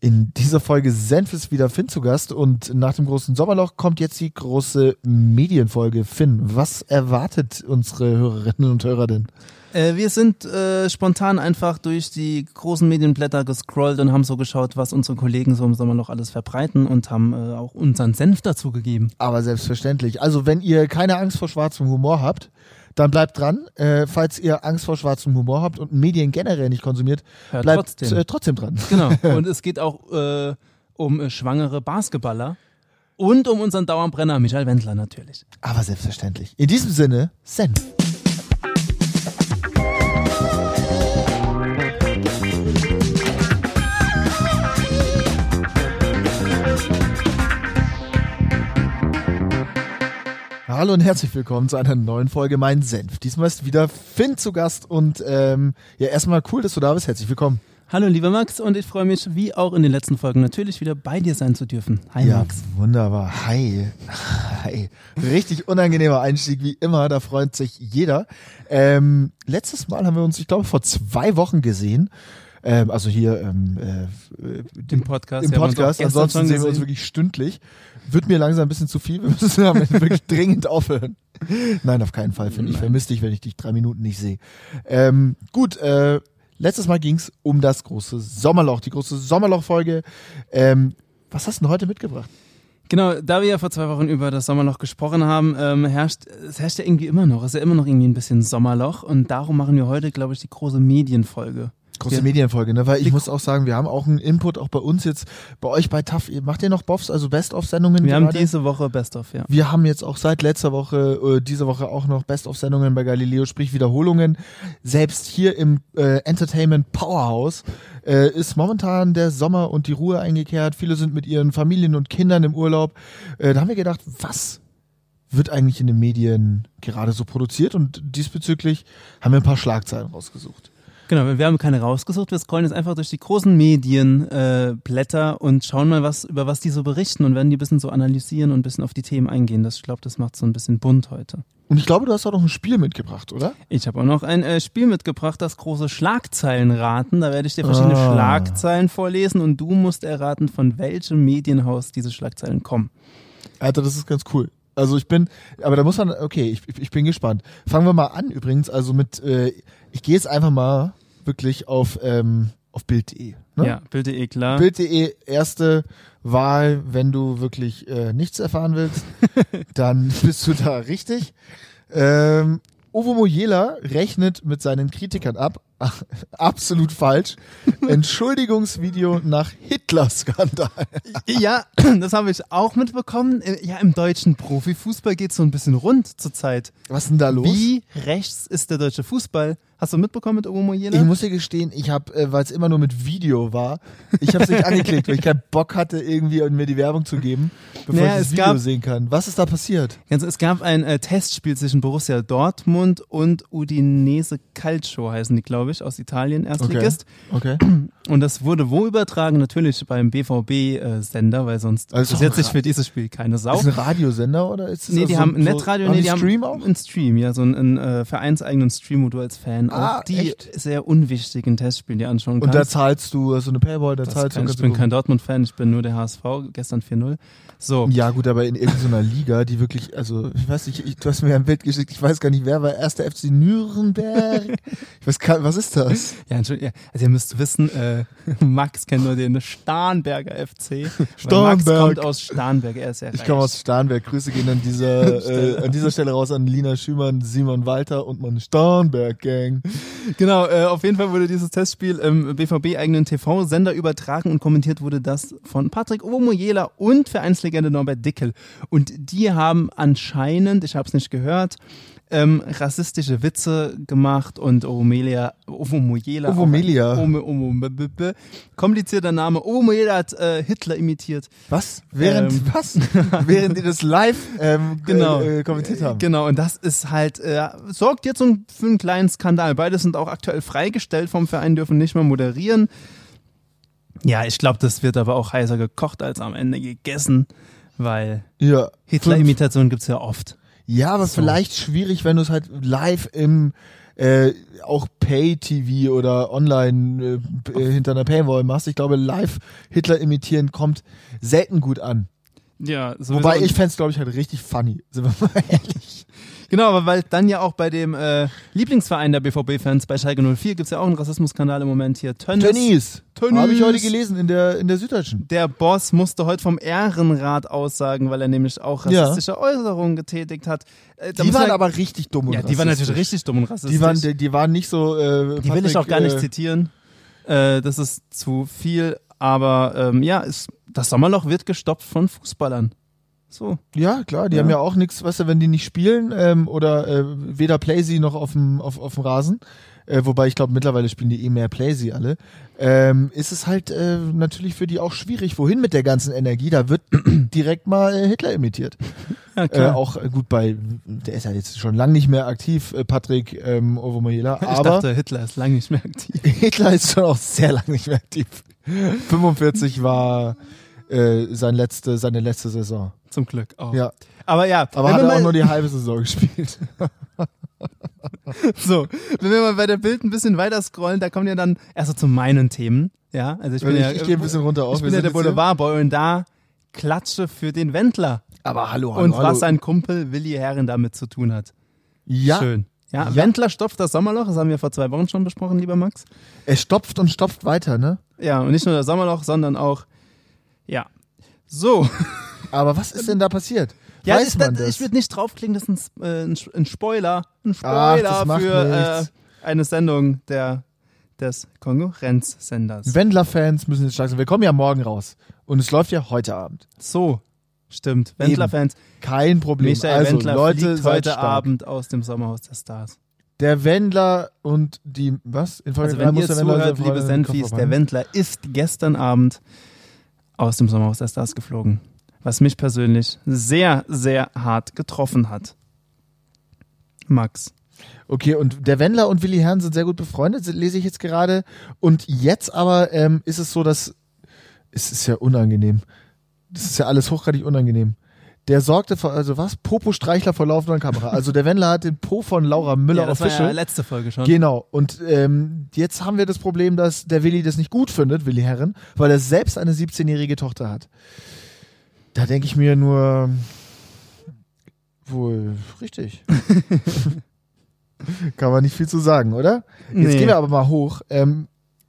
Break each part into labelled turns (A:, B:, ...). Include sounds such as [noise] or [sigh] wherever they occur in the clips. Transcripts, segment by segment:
A: In dieser Folge Senf ist wieder Finn zu Gast und nach dem großen Sommerloch kommt jetzt die große Medienfolge. Finn, was erwartet unsere Hörerinnen und Hörer denn?
B: Äh, wir sind äh, spontan einfach durch die großen Medienblätter gescrollt und haben so geschaut, was unsere Kollegen so im Sommerloch alles verbreiten und haben äh, auch unseren Senf dazu gegeben.
A: Aber selbstverständlich. Also wenn ihr keine Angst vor schwarzem Humor habt, dann bleibt dran. Äh, falls ihr Angst vor schwarzem Humor habt und Medien generell nicht konsumiert,
B: Hört
A: bleibt
B: trotzdem.
A: Äh, trotzdem dran.
B: Genau. [laughs] Und es geht auch äh, um äh, schwangere Basketballer und um unseren Dauerbrenner Michael Wendler natürlich.
A: Aber selbstverständlich. In diesem Sinne, Senf. Hallo und herzlich willkommen zu einer neuen Folge Mein Senf. Diesmal ist wieder Finn zu Gast und ähm, ja, erstmal cool, dass du da bist. Herzlich willkommen.
B: Hallo lieber Max und ich freue mich, wie auch in den letzten Folgen natürlich wieder bei dir sein zu dürfen. Hi
A: ja,
B: Max.
A: wunderbar. Hi. Hi. Richtig unangenehmer Einstieg, wie immer. Da freut sich jeder. Ähm, letztes Mal haben wir uns, ich glaube, vor zwei Wochen gesehen. Ähm, also hier ähm, äh,
B: Im Podcast.
A: im
B: ja, haben wir uns
A: Podcast.
B: auch gestern
A: Ansonsten
B: schon
A: sehen wir uns
B: gesehen.
A: wirklich stündlich. Wird mir langsam ein bisschen zu viel. Wir müssen damit wirklich dringend aufhören. Nein, auf keinen Fall, Finn. Ich vermisse dich, wenn ich dich drei Minuten nicht sehe. Ähm, gut, äh, letztes Mal ging's um das große Sommerloch, die große Sommerloch-Folge. Ähm, was hast du denn heute mitgebracht?
B: Genau, da wir ja vor zwei Wochen über das Sommerloch gesprochen haben, ähm, herrscht, es herrscht ja irgendwie immer noch, es ist ja immer noch irgendwie ein bisschen Sommerloch und darum machen wir heute, glaube ich, die große Medienfolge.
A: Große
B: Ja.
A: Medienfolge, ne? Weil ich
B: Die-
A: muss auch sagen, wir haben auch einen Input, auch bei uns jetzt, bei euch bei TAF. Ihr- Macht ihr noch Bofs, also Best-of-Sendungen?
B: Wir haben
A: gerade?
B: diese Woche Best of, ja.
A: Wir haben jetzt auch seit letzter Woche, äh, diese Woche auch noch Best-of-Sendungen bei Galileo, sprich Wiederholungen. Selbst hier im äh, Entertainment Powerhouse äh, ist momentan der Sommer und die Ruhe eingekehrt. Viele sind mit ihren Familien und Kindern im Urlaub. Äh, da haben wir gedacht, was wird eigentlich in den Medien gerade so produziert? Und diesbezüglich haben wir ein paar Schlagzeilen rausgesucht.
B: Genau, wir haben keine rausgesucht, wir scrollen jetzt einfach durch die großen Medienblätter äh, Blätter und schauen mal, was, über was die so berichten und werden die ein bisschen so analysieren und ein bisschen auf die Themen eingehen. Das, ich glaube, das macht so ein bisschen bunt heute.
A: Und ich glaube, du hast auch noch ein Spiel mitgebracht, oder?
B: Ich habe auch noch ein äh, Spiel mitgebracht, das große Schlagzeilenraten. Da werde ich dir verschiedene
A: Ah.
B: Schlagzeilen vorlesen und du musst erraten, von welchem Medienhaus diese Schlagzeilen kommen.
A: Alter, das ist ganz cool. Also ich bin, aber da muss man, okay, ich, ich ich bin gespannt. Fangen wir mal an übrigens, also mit, äh, ich gehe jetzt einfach mal wirklich auf, ähm, auf Bild.de. Ne?
B: Ja, Bild.de, klar.
A: Bild.de, erste Wahl, wenn du wirklich äh, nichts erfahren
B: [laughs]
A: willst, dann bist du da richtig. Ähm, Ovo Mojela rechnet mit seinen Kritikern ab. [laughs] Ach, absolut
B: [laughs]
A: falsch. Entschuldigungsvideo nach Hitler-Skandal.
B: Ja, [clears throat] das habe ich auch mitbekommen. Äh, Ja, im deutschen Profifußball geht es so ein bisschen rund zurzeit.
A: Was ist denn da los?
B: Wie rechts ist der deutsche Fußball? Hast du mitbekommen mit Omo Jena?
A: Ich muss dir gestehen, ich habe, äh, weil es immer nur mit Video war, ich habe es nicht angeklickt, weil ich keinen Bock hatte, irgendwie und mir die Werbung zu geben, bevor
B: Naja,
A: ich das
B: es
A: Video
B: gab-
A: sehen kann. Was ist da passiert?
B: Also, es gab ein äh, Testspiel zwischen Borussia Dortmund und Udinese Calcio, heißen die, glaube ich, aus Italien, Erstligist.
A: Okay.
B: Und das wurde wo übertragen? Natürlich beim BVB-Sender, äh, weil sonst
A: Also ist
B: interessiert
A: doch ein
B: sich für dieses Spiel keine Sau.
A: Ist ein Radiosender oder ist das
B: Nee, die
A: so,
B: haben ein
A: so,
B: Netradio, nee,
A: die
B: die haben
A: Stream auch?
B: einen Stream, ja, so einen, einen äh, vereinseigenen Stream, wo du als Fan
A: Ah,
B: auch die
A: echt?
B: sehr unwichtigen Testspiele dir anschauen
A: Und
B: kannst.
A: da zahlst du so eine Paywall, da
B: Das
A: zahlst du
B: kann, ich
A: kannst
B: bin
A: du
B: kein Dortmund-Fan, ich bin nur der HSV, gestern 4-0. So,
A: gucken. ja gut, aber in irgendeiner Liga, die wirklich, also ich weiß nicht, ich, du hast mir ein Bild geschickt, ich weiß gar nicht wer, war erster FC Nürnberg. Ich weiß gar, was ist das?
B: ja, Entschuldigung, ja, also ihr müsst wissen, äh, [laughs] Max kennt nur den Starnberger FC. weil Max
A: Starnberg.
B: kommt aus Starnberg, er ist ja
A: Ich komme aus Starnberg. Grüße gehen an
B: [laughs]
A: dieser, äh, an dieser Stelle raus an Lina Schümann, Simon Walter und meine Starnberg-Gang.
B: Genau, äh, auf jeden Fall wurde dieses Testspiel im BVB-eigenen TV-Sender übertragen und kommentiert wurde das von Patrick Owomoyela und Vereinslegende Norbert Dickel. Und die haben anscheinend, ich habe es nicht gehört, ähm, rassistische Witze gemacht und Owomoyela, Owomoyela,
A: Owomoyela.
B: Ome- Omo- b- b- komplizierter Name, Owomoyela hat äh, Hitler imitiert.
A: Was? Während,
B: Ähm.
A: was? Während die das live ähm,
B: [laughs] Genau.
A: äh, äh, kommentiert haben.
B: Genau, und das ist halt, äh, sorgt jetzt so ein- für einen kleinen Skandal. Beide sind auch aktuell freigestellt vom Verein, dürfen nicht mehr moderieren. Ja, ich glaube, das wird aber auch heißer gekocht als am Ende gegessen, weil
A: Ja.
B: Hitler-Imitationen gibt's ja oft.
A: Ja, aber
B: So.
A: vielleicht schwierig, wenn du es halt live im äh, auch Pay-TV oder online äh, p- äh, hinter einer Paywall machst. Ich glaube, live Hitler imitieren kommt selten gut an.
B: Ja, sowieso.
A: Wobei
B: Also Und-
A: ich fänd's, glaube ich, halt richtig funny, sind wir mal [laughs] ehrlich.
B: Genau, aber weil dann ja auch bei dem äh, Lieblingsverein der BVB-Fans bei Schalke 04 gibt's ja auch einen Rassismusskandal im Moment hier. Tönnies.
A: Tönnies.
B: Tönnies.
A: Habe ich heute gelesen in der, in der Süddeutschen.
B: Der Boss musste heute vom Ehrenrat aussagen, weil er nämlich auch
A: Ja.
B: rassistische Äußerungen getätigt hat. Äh, da
A: Die
B: muss
A: waren
B: man-
A: aber richtig dumm und
B: Ja, die waren natürlich
A: rassistisch.
B: richtig dumm und rassistisch.
A: Die waren, die, die waren nicht so. Äh,
B: Die will ich auch gar nicht zitieren. Äh, das ist zu viel. Aber ähm, ja, ist, das Sommerloch wird gestoppt von Fußballern. So.
A: Ja, klar, die
B: Ja.
A: haben ja auch nichts, weißt du, wenn die nicht spielen ähm, oder äh, weder Playsee noch auf dem auf, auf dem Rasen, äh, wobei ich glaube mittlerweile spielen die eh mehr Playsee alle, ähm, ist es halt äh, natürlich für die auch schwierig, wohin mit der ganzen Energie, da
B: [clears throat]
A: wird direkt mal äh, Hitler imitiert.
B: Ja,
A: Äh,
B: klar.
A: auch äh, gut bei, der ist ja jetzt schon lang nicht mehr aktiv, äh, Patrick ähm, Ovomoyela,
B: [laughs] ich
A: aber
B: dachte, Hitler ist lange nicht mehr aktiv. [laughs]
A: [laughs] Hitler ist schon auch sehr lange nicht mehr aktiv. 45 war äh, sein letzte, seine letzte Saison.
B: Zum Glück auch.
A: Ja.
B: Aber ja,
A: Aber
B: wenn
A: hat
B: wir
A: er auch
B: mal-
A: nur die halbe Saison [laughs] gespielt.
B: [laughs] So, wenn wir mal bei der Bild ein bisschen weiter scrollen, da kommen ja dann erst so zu meinen Themen. Ja, also ich
A: Ich,
B: bin ja,
A: ich gehe ein bisschen runter aus.
B: ich bin ja der Boulevardboy und da Klatsche für den Wendler
A: Aber hallo, hallo.
B: und
A: hallo.
B: was sein Kumpel Willi Herren damit zu tun hat.
A: ja,
B: Schön. Ja,
A: Ja.
B: Wendler stopft das Sommerloch, das haben wir vor zwei Wochen schon besprochen, lieber Max.
A: er stopft und stopft weiter, ne?
B: Ja, und nicht nur das Sommerloch, sondern auch, ja.
A: [laughs]
B: So,
A: Aber was ist denn da passiert?
B: ja,
A: Weiß
B: ich,
A: man
B: ich
A: das?
B: würde nicht draufklingen, das ist ein, S- äh, ein, Sch- ein Spoiler, ein
A: Ach,
B: Spoiler
A: das macht
B: für
A: nichts.
B: äh, eine Sendung der, des Konkurrenzsenders.
A: Wendler-Fans müssen jetzt stark sein. Wir kommen ja morgen raus. Und es läuft ja heute Abend.
B: So, stimmt. Wendler-Fans.
A: Kein Problem.
B: Michael
A: also,
B: Wendler
A: Leute,
B: fliegt
A: seid
B: heute
A: stark.
B: Abend aus dem Sommerhaus der Stars.
A: Der Wendler und die, was? In äh,
B: Also wenn ihr zuhört, liebe Senfis, der Wendler ist gestern Abend aus dem Sommerhaus der Stars geflogen. Was mich persönlich sehr, sehr hart getroffen hat. Max.
A: Okay, und der Wendler und Willi Herren sind sehr gut befreundet, sind- lese ich jetzt gerade. Und jetzt aber ähm, ist es so, dass es ist ja unangenehm. Das ist ja alles hochgradig unangenehm. Der sorgte für, also was? Popo Streichler vor laufender Kamera. Also der Wendler hat den Po von Laura Müller
B: ja, das war ja
A: official.
B: letzte Folge schon.
A: Genau. Und ähm, jetzt haben wir das Problem, dass der Willi das nicht gut findet, Willi Herren, weil er selbst eine 17-jährige Tochter hat. Da denke ich mir nur wohl richtig. Kann man nicht viel zu sagen, oder? Jetzt
B: Nee.
A: gehen wir aber mal hoch. Ähm,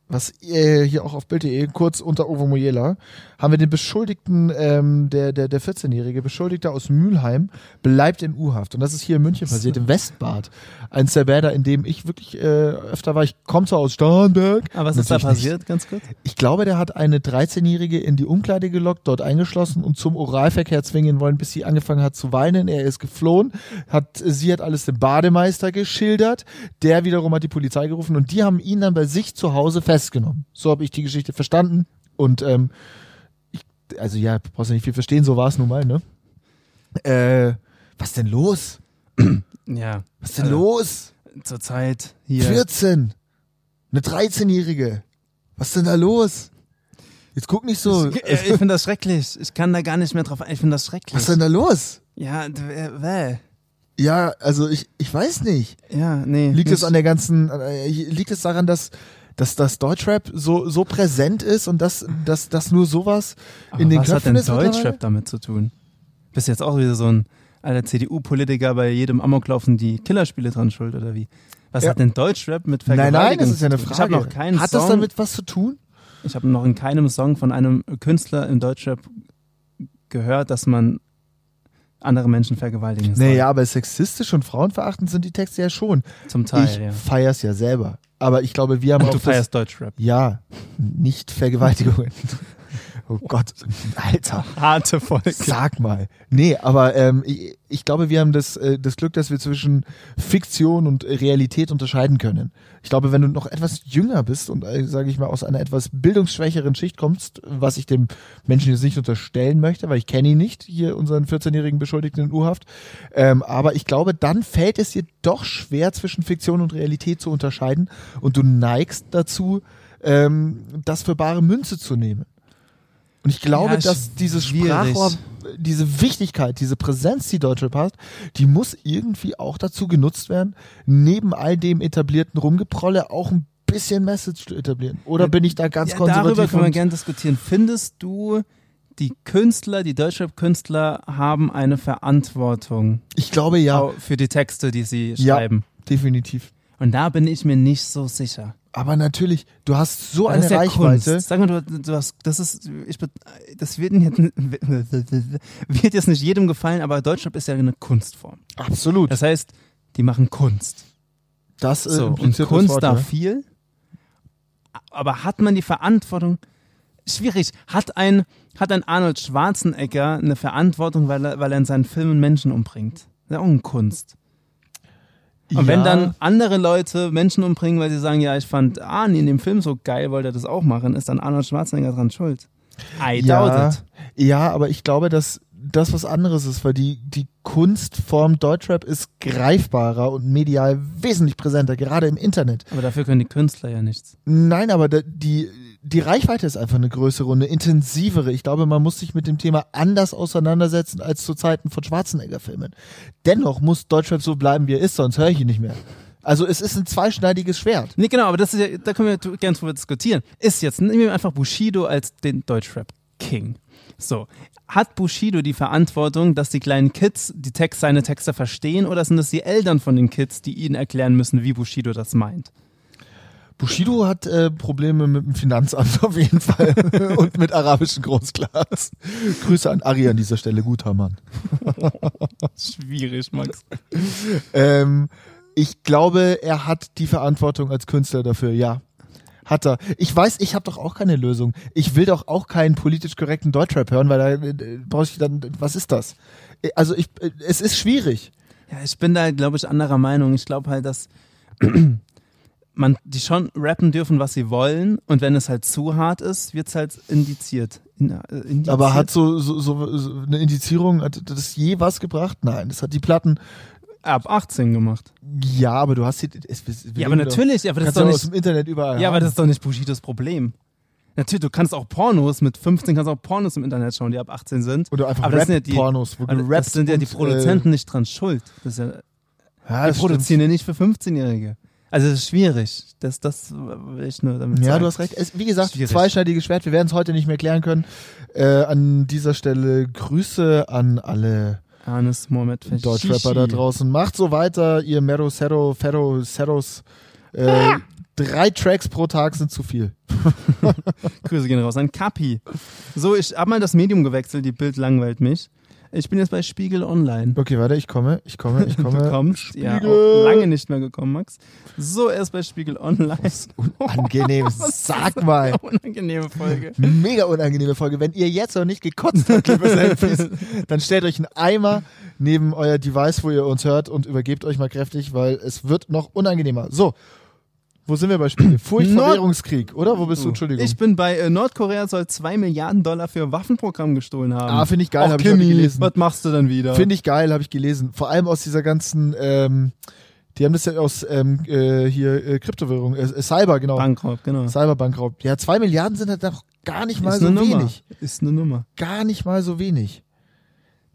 A: was äh, hier auch auf Bild.de, kurz unter Ovo Mojela, haben wir den Beschuldigten, ähm, der, der, der 14-jährige Beschuldigte aus Mülheim, bleibt in U-Haft. Und das ist hier in München passiert, im Westbad. Eins der Bäder, in dem ich wirklich äh, öfter war. Ich komme zwar aus Starnberg.
B: Aber was ist da
A: Natürlich nicht.
B: passiert, ganz kurz?
A: Ich glaube, der hat eine 13-Jährige in die Umkleide gelockt, dort eingeschlossen und zum Oralverkehr zwingen wollen, bis sie angefangen hat zu weinen. Er ist geflohen, hat, sie hat alles dem Bademeister geschildert, der wiederum hat die Polizei gerufen und die haben ihn dann bei sich zu Hause festgenommen. So habe ich die Geschichte verstanden und ähm, ich, also ja, brauchst ja nicht viel verstehen, so war es nun mal, ne? Äh, was denn los?
B: Ja.
A: Was denn
B: Also,
A: los?
B: Zurzeit hier.
A: 14. Eine 13-Jährige. Was denn da los? Jetzt guck nicht so.
B: Ich, äh, ich finde das schrecklich. Ich kann da gar nicht mehr drauf ein. Ich finde das schrecklich.
A: Was denn da los?
B: Ja, d- äh, well.
A: Ja, also ich, ich weiß nicht.
B: Ja, nee.
A: Liegt
B: nicht.
A: es an der ganzen, äh, liegt es daran, dass, dass das Deutschrap so, so präsent ist und dass, dass, dass nur sowas
B: Aber
A: in den
B: was
A: Köpfen
B: hat
A: ist
B: denn Deutschrap
A: mittlerweile?
B: damit zu tun? Bist jetzt auch wieder so ein alter CDU-Politiker bei jedem Amoklaufen die Killerspiele dran schuld oder wie? Was
A: Ja.
B: hat denn Deutschrap mit
A: Nein, nein,
B: Vergewaltigung?
A: das ist ja eine
B: zu tun?
A: Frage.
B: Ich habe noch keinen
A: Hat
B: Song.
A: das damit was zu tun?
B: ich habe noch in keinem Song von einem Künstler im Deutschrap gehört, dass man andere Menschen vergewaltigen soll.
A: Naja, aber sexistisch und frauenverachtend sind die Texte ja schon.
B: Zum Teil,
A: ich
B: ja.
A: feier's ja selber. Aber ich glaube, wir haben auch
B: Du
A: das-
B: feierst Deutschrap.
A: Ja, [laughs] nicht Vergewaltigungen. oh Gott, Alter.
B: Harte Folge.
A: [laughs] Sag mal. Nee, aber ähm, ich, ich glaube, wir haben das, äh, das Glück, dass wir zwischen Fiktion und Realität unterscheiden können. Ich glaube, wenn du noch etwas jünger bist und, äh, sage ich mal, aus einer etwas bildungsschwächeren Schicht kommst, was ich dem Menschen jetzt nicht unterstellen möchte, weil ich kenne ihn nicht, hier unseren 14-jährigen Beschuldigten in U-Haft, ähm, aber ich glaube, dann fällt es dir doch schwer, zwischen Fiktion und Realität zu unterscheiden und du neigst dazu, ähm, das für bare Münze zu nehmen. Und ich glaube,
B: Ja, ist
A: dass dieses
B: schwierig.
A: Sprachrohr, diese Wichtigkeit, diese Präsenz, die Deutschrap hat, die muss irgendwie auch dazu genutzt werden, neben all dem etablierten Rumgeprolle auch ein bisschen Message zu etablieren. Oder bin ich da ganz
B: Ja,
A: konservativ?
B: darüber können wir
A: und-
B: gerne diskutieren. Findest du, die Künstler, die Deutschrap-Künstler haben eine Verantwortung
A: ich glaube ja,
B: au- für die Texte, die sie
A: Ja.
B: schreiben?
A: definitiv.
B: Und da bin ich mir nicht so sicher.
A: Aber natürlich, du hast so
B: Weil
A: eine
B: das ist ja
A: Reichweite.
B: Kunst. Sag mal, du, du hast, das ist, ich, be- das wird jetzt, [laughs] wird jetzt nicht jedem gefallen, aber Deutschrap ist ja eine Kunstform.
A: Absolut.
B: Das heißt, die machen Kunst.
A: Das äh,
B: So, und
A: impliziert das
B: Kunst
A: Wort,
B: da
A: ja.
B: viel, aber hat man die Verantwortung? Schwierig. Hat ein, hat ein Arnold Schwarzenegger eine Verantwortung, weil er, weil er in seinen Filmen Menschen umbringt? Das ist ja auch eine Kunst. Und wenn
A: ne? Ja,
B: dann andere Leute Menschen umbringen, weil sie sagen, ja, ich fand Arnie in dem Film so geil, wollte er das auch machen, ist dann Arnold Schwarzenegger dran schuld. I
A: ja,
B: doubt it.
A: ja, aber ich glaube, dass das was anderes ist, weil die, die Kunstform Deutschrap ist greifbarer und medial wesentlich präsenter, gerade im Internet.
B: Aber dafür können die Künstler ja nichts.
A: Nein, aber da- die, die Reichweite ist einfach eine größere und eine intensivere. Ich glaube, man muss sich mit dem Thema anders auseinandersetzen als zu Zeiten von Schwarzenegger-Filmen. Dennoch muss Deutschrap so bleiben, wie er ist, sonst höre ich ihn nicht mehr. Also es ist ein zweischneidiges Schwert.
B: Nee, genau, aber das ist ja, da können wir tu- gerne drüber diskutieren. Ist jetzt, nehmen wir einfach Bushido als den Deutschrap-King. So, hat Bushido die Verantwortung, dass die kleinen Kids die Text, seine Texte verstehen oder sind es die Eltern von den Kids, die ihnen erklären müssen, wie Bushido das meint?
A: Bushido hat äh, Probleme mit dem Finanzamt auf jeden Fall [laughs] und mit arabischen Großglas. Grüße an Ari an dieser Stelle, guter Mann.
B: Schwierig, Max.
A: Ähm, ich glaube, er hat die Verantwortung als Künstler dafür, ja. Hat er. Ich weiß, ich habe doch auch keine Lösung. Ich will doch auch keinen politisch korrekten Deutschrap hören, weil da äh, brauche ich dann, was ist das? Äh, Also ich, äh, es ist schwierig.
B: Ja, ich bin da, glaube ich, anderer Meinung. Ich glaube halt, dass [clears throat] man die schon rappen dürfen, was sie wollen und wenn es halt zu hart ist, wird es halt indiziert. In, äh, indiziert.
A: Aber hat so, so, so, so eine Indizierung, hat das je was gebracht? Nein, das hat die Platten.
B: ab 18 gemacht.
A: Ja, aber du hast sie. es- wir- wir
B: Ja, aber
A: reden doch-
B: natürlich, aber das ist
A: Kannst
B: doch
A: du
B: nicht
A: aus dem Internet überall.
B: Ja, aber
A: haben.
B: das ist doch nicht Bushidos Problem. Natürlich, du kannst auch Pornos, mit 15 kannst du auch Pornos im Internet schauen, die ab 18 sind.
A: Oder einfach
B: aber das sind ja die-
A: Rap-Pornos. wo
B: Also
A: gerappt
B: das sind ja die
A: und,
B: Produzenten nicht dran schuld. Das ist ja,
A: Äh, ja,
B: die
A: das stimmt.
B: produzieren ja nicht für 15-Jährige. Also das ist schwierig. Das, das will ich nur damit
A: Ja,
B: sagen.
A: du hast recht. Es, wie gesagt,
B: Schwierig.
A: zweischneidiges Schwert. Wir werden es heute nicht mehr klären können. Äh, an dieser Stelle Grüße an alle
B: Hannes Mohamed Feshishi.
A: Deutschrapper da draußen. Macht so weiter, ihr Mero, Serro, Ferro, Serros. Äh, Drei Tracks pro Tag sind zu viel.
B: Grüße gehen raus an Kapi. So, ich hab mal das Medium gewechselt, die Bild langweilt mich. Ich bin jetzt bei Spiegel Online.
A: Okay, warte, ich komme, ich komme, ich [laughs]
B: Du
A: komme.
B: kommst ja
A: Spiegel.
B: auch lange nicht mehr gekommen, Max. So, erst bei Spiegel Online. [laughs]
A: Angenehm, sag mal.
B: Unangenehme Folge.
A: Mega unangenehme Folge. Wenn ihr jetzt noch nicht gekotzt habt, liebe
B: [laughs]
A: Selfies, dann stellt euch einen Eimer neben euer Device, wo ihr uns hört und übergebt euch mal kräftig, weil es wird noch unangenehmer. So, wo sind wir bei
B: [clears throat]
A: Spiegel? Furcht vor
B: Nord- Uh.
A: Währungskrieg, oder? Wo bist du? Entschuldigung.
B: Ich bin bei äh, Nordkorea soll 2 Milliarden Dollar für Waffenprogramm gestohlen haben.
A: Ah, finde ich geil,
B: Och,
A: hab ich
B: Kimi,
A: heute gelesen.
B: Was machst du dann wieder?
A: Finde ich geil, habe ich gelesen. Vor allem aus dieser ganzen, ähm, die haben das ja aus ähm, äh, hier äh, Kryptowährung, äh, äh, Cyber, genau.
B: Bankrott, genau.
A: Cyberbankraub. Ja, zwei Milliarden sind halt doch gar nicht mal
B: ist
A: so
B: eine Nummer.
A: wenig.
B: Ist eine Nummer.
A: Gar nicht mal so wenig.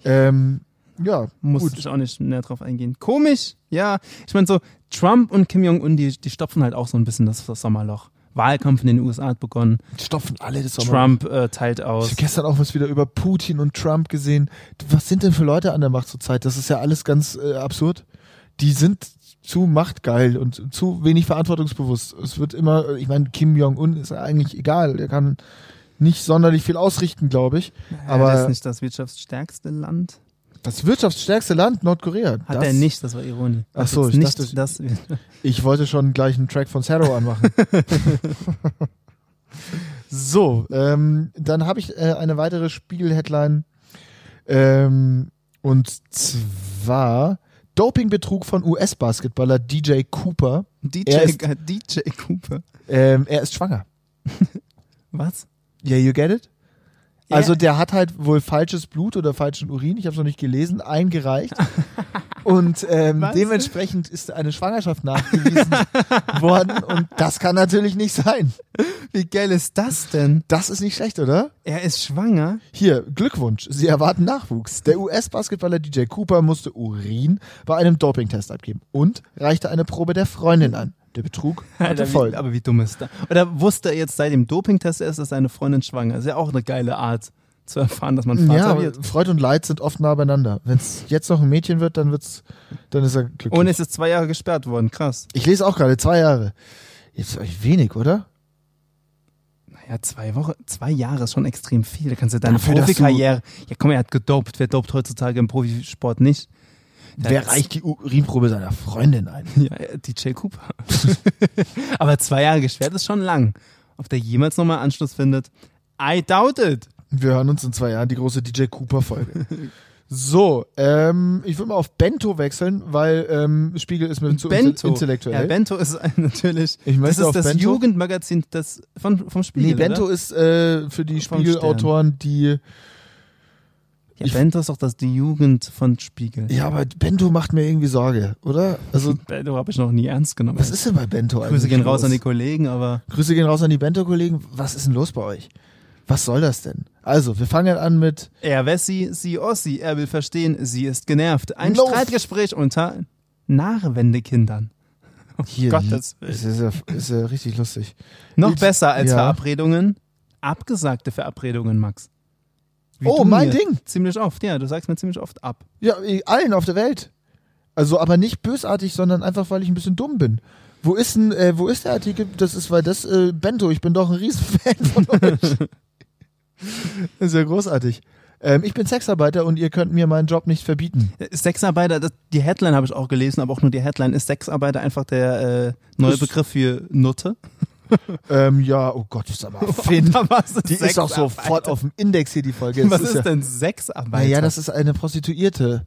A: Ähm, ja,
B: Muss
A: gut.
B: ich auch nicht näher drauf eingehen. Komisch, ja. Ich meine so, Trump und Kim Jong-un, die, die stopfen halt auch so ein bisschen das, das Sommerloch. Wahlkampf in den USA hat begonnen.
A: stopfen alle das Sommer.
B: Trump äh, teilt
A: Ich
B: aus.
A: habe gestern auch was wieder über Putin und Trump gesehen. Was sind denn für Leute an der Macht zurzeit? Das ist ja alles ganz äh, absurd. Die sind zu machtgeil und zu wenig verantwortungsbewusst. Es wird immer, ich meine, Kim Jong-un ist eigentlich egal. Der kann nicht sonderlich viel ausrichten, glaube ich.
B: ja, das
A: Aber
B: Äh, ist nicht das wirtschaftsstärkste Land.
A: das wirtschaftsstärkste Land, Nordkorea.
B: Hat
A: das,
B: er nicht, das war Ironie.
A: Ach so,
B: Hat
A: ich
B: jetzt
A: dachte,
B: nicht, das,
A: [laughs] Ich wollte schon gleich einen Track von Sarah [laughs] anmachen. so, ähm, dann habe ich äh, eine weitere Spiegel-Headline. Ähm, und zwar Dopingbetrug von US-Basketballer DJ Cooper.
B: DJ,
A: Er ist-
B: DJ Cooper.
A: Ähm, er ist schwanger.
B: Was?
A: Yeah, you get it?
B: Ja.
A: [laughs] Also der hat halt wohl falsches Blut oder falschen Urin, ich habe es noch nicht gelesen, eingereicht Und ähm,
B: Was?
A: dementsprechend ist eine Schwangerschaft nachgewiesen [laughs] worden. Und das kann natürlich nicht sein.
B: Wie geil ist das denn?
A: Das ist nicht schlecht, oder?
B: Er ist schwanger.
A: Hier, Glückwunsch. Sie erwarten Nachwuchs. Der US-Basketballer DJ Cooper musste Urin bei einem Dopingtest abgeben und reichte eine Probe der Freundin an. Der
B: [laughs]
A: Betrug hatte
B: wie,
A: Folgen.
B: aber wie dumm ist das? Oder wusste er jetzt seit dem Dopingtest erst, dass seine Freundin schwanger ist? Ist ja auch eine geile Art zu erfahren, dass man Vater
A: Ja, aber
B: wird.
A: Freud und Leid sind oft nah beieinander. Wenn es jetzt noch ein Mädchen wird, dann wird's, dann ist er glücklich.
B: Und es ist zwei Jahre gesperrt worden. Krass.
A: ich lese auch gerade zwei Jahre. Jetzt euch wenig, oder?
B: Ja, zwei Wochen, zwei Jahre ist schon extrem viel. Da kannst du deine
A: Dafür, dass du-
B: Profikarriere. Ja, komm, er hat gedopt. Wer dopt heutzutage im Profisport nicht? Der
A: Wer
B: ist-
A: reicht die Urinprobe seiner Freundin ein?
B: [laughs] Ja, DJ Cooper. [laughs] Aber zwei Jahre gesperrt ist schon lang. Ob der jemals nochmal Anschluss findet? I doubt it.
A: Wir hören uns in zwei Jahren die große DJ Cooper-Folge. So, ähm, ich würde mal auf Bento wechseln, weil ähm, Spiegel ist mir zu
B: Bento.
A: inte- intellektuell.
B: Ja, Bento ist [laughs] ein, natürlich.
A: Ich möchte
B: das
A: auf
B: ist das
A: Bento.
B: Jugendmagazin das von, vom Spiegel.
A: nee, Bento
B: oder?
A: ist äh, für die
B: Vom
A: Spiegel-Autoren die.
B: Ja,
A: ich-
B: Bento ist doch das die Jugend von Spiegel.
A: Ja, aber Bento macht mir irgendwie Sorge, oder? Also,
B: Bento habe ich noch nie ernst genommen.
A: was ist denn bei Bento eigentlich?
B: Grüße gehen raus
A: los?
B: an die Kollegen, aber
A: Grüße gehen raus an die Bento-Kollegen. Was ist denn los bei euch? Was soll das denn? Also, wir fangen an mit.
B: er weiß sie, sie Ossi, er will verstehen, sie ist genervt. Ein
A: Los.
B: Streitgespräch unter Nachwendekindern.
A: Hier.
B: Oh Gottes Willen.
A: ist, ist, ja, ist ja richtig lustig.
B: Noch
A: Ich-
B: besser als
A: ja.
B: Verabredungen, abgesagte Verabredungen, Max. Wie
A: Oh,
B: du
A: mein
B: mir.
A: Ding.
B: Ziemlich oft, ja, du sagst mir ziemlich oft ab.
A: Ja, eh, allen auf der Welt. Also, aber nicht bösartig, sondern einfach, weil ich ein bisschen dumm bin. Wo ist denn, äh, wo ist der Artikel? Das ist, weil das, äh, Bento, ich bin doch ein Riesenfan von euch. das [laughs] ist ja großartig. Ähm, ich bin Sexarbeiter und ihr könnt mir meinen Job nicht verbieten.
B: Äh, Sexarbeiter, das, die Headline habe ich auch gelesen, aber auch nur die Headline. Ist Sexarbeiter einfach der äh, neue
A: Ist-
B: Begriff für Nutte?
A: Ähm, ja, oh Gott, sag [laughs] mal, Finn.
B: Oder was
A: Die ist auch sofort auf dem Index hier, die Folge. Es
B: Was
A: ja,
B: ist denn Sexarbeiter?
A: Naja, das ist eine Prostituierte.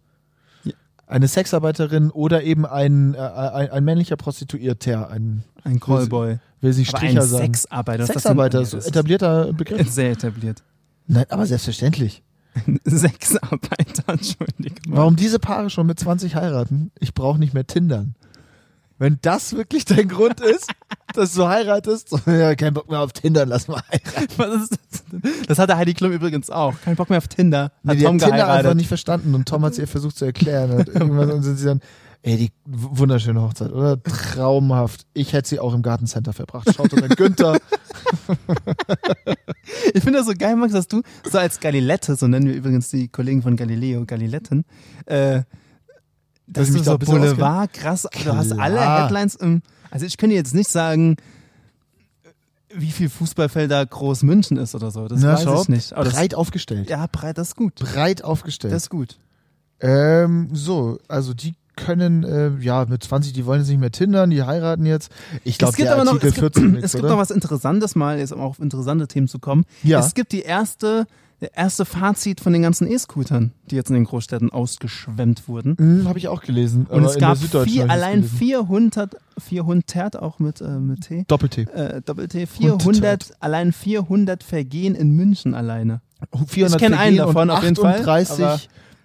B: Ja.
A: Eine Sexarbeiterin oder eben ein, äh, ein, ein männlicher Prostituierter. Ein,
B: ein Callboy.
A: will sie
B: Aber
A: Stricher
B: ein
A: sagen.
B: Sexarbeiter. was ist das denn?
A: Sexarbeiter,
B: Ja,
A: ist ein
B: das ist
A: etablierter
B: [laughs]
A: Begriff.
B: Sehr etabliert.
A: Nein, aber selbstverständlich.
B: [laughs] Sexarbeiter, Entschuldigung.
A: Warum diese Paare schon mit 20 heiraten? Ich brauche nicht mehr Tindern. Wenn das wirklich dein Grund
B: [laughs]
A: ist, dass du heiratest, [laughs] so, ja, kein Bock mehr auf Tindern, lass mal heiraten.
B: Was ist das? denn? das hatte Heidi Klum übrigens auch. Kein Bock mehr auf Tinder. Hat
A: Nee, die
B: Tom
A: hat Tinder einfach
B: geheiratet.
A: nicht verstanden und Tom hat es ihr versucht zu erklären.
B: [laughs]
A: Und irgendwann und sind sie dann, ey, die w- wunderschöne Hochzeit, oder? Traumhaft. Ich hätte sie auch im Gartencenter verbracht. Schaut unter
B: [laughs]
A: Günther.
B: Ich finde das so geil, Max, dass du so als Galilette, so nennen wir übrigens die Kollegen von Galileo Galiletten, äh,
A: Dass
B: dass
A: ich
B: du
A: mich da
B: so
A: ein bisschen
B: Boulevard, krass, du hast alle
A: Klar.
B: Headlines im, also ich könnte jetzt nicht sagen, wie viel Fußballfelder groß München ist oder so, das
A: Na,
B: weiß
A: schau.
B: ich nicht. Aber das,
A: Breit aufgestellt.
B: ja, breit, das ist gut.
A: Breit aufgestellt.
B: Das ist gut.
A: Ähm, so, also die können, äh, ja, mit 20, die wollen jetzt nicht mehr tindern, die heiraten jetzt. Ich glaube,
B: es gibt
A: der
B: aber noch,
A: Artikel
B: es gibt, [clears throat]
A: 14 ist,
B: es gibt
A: oder?
B: noch was Interessantes mal, jetzt um auch auf interessante Themen zu kommen.
A: Ja.
B: Es gibt die erste, der erste Fazit von den ganzen E-Scootern, die jetzt in den Großstädten ausgeschwemmt wurden.
A: hm, Habe ich auch gelesen.
B: Und
A: aber
B: es
A: in der
B: gab
A: Süddeutschen
B: vier,
A: hab ich das
B: allein
A: gelesen.
B: 400, 400, auch mit, äh, mit T,
A: Doppel-T.
B: äh, Doppel-T,
A: Hundert.
B: 400, allein 400 Vergehen in München alleine.
A: 400
B: kenn einen
A: Vergehen und
B: davon auf jeden Fall,
A: 38
B: aber-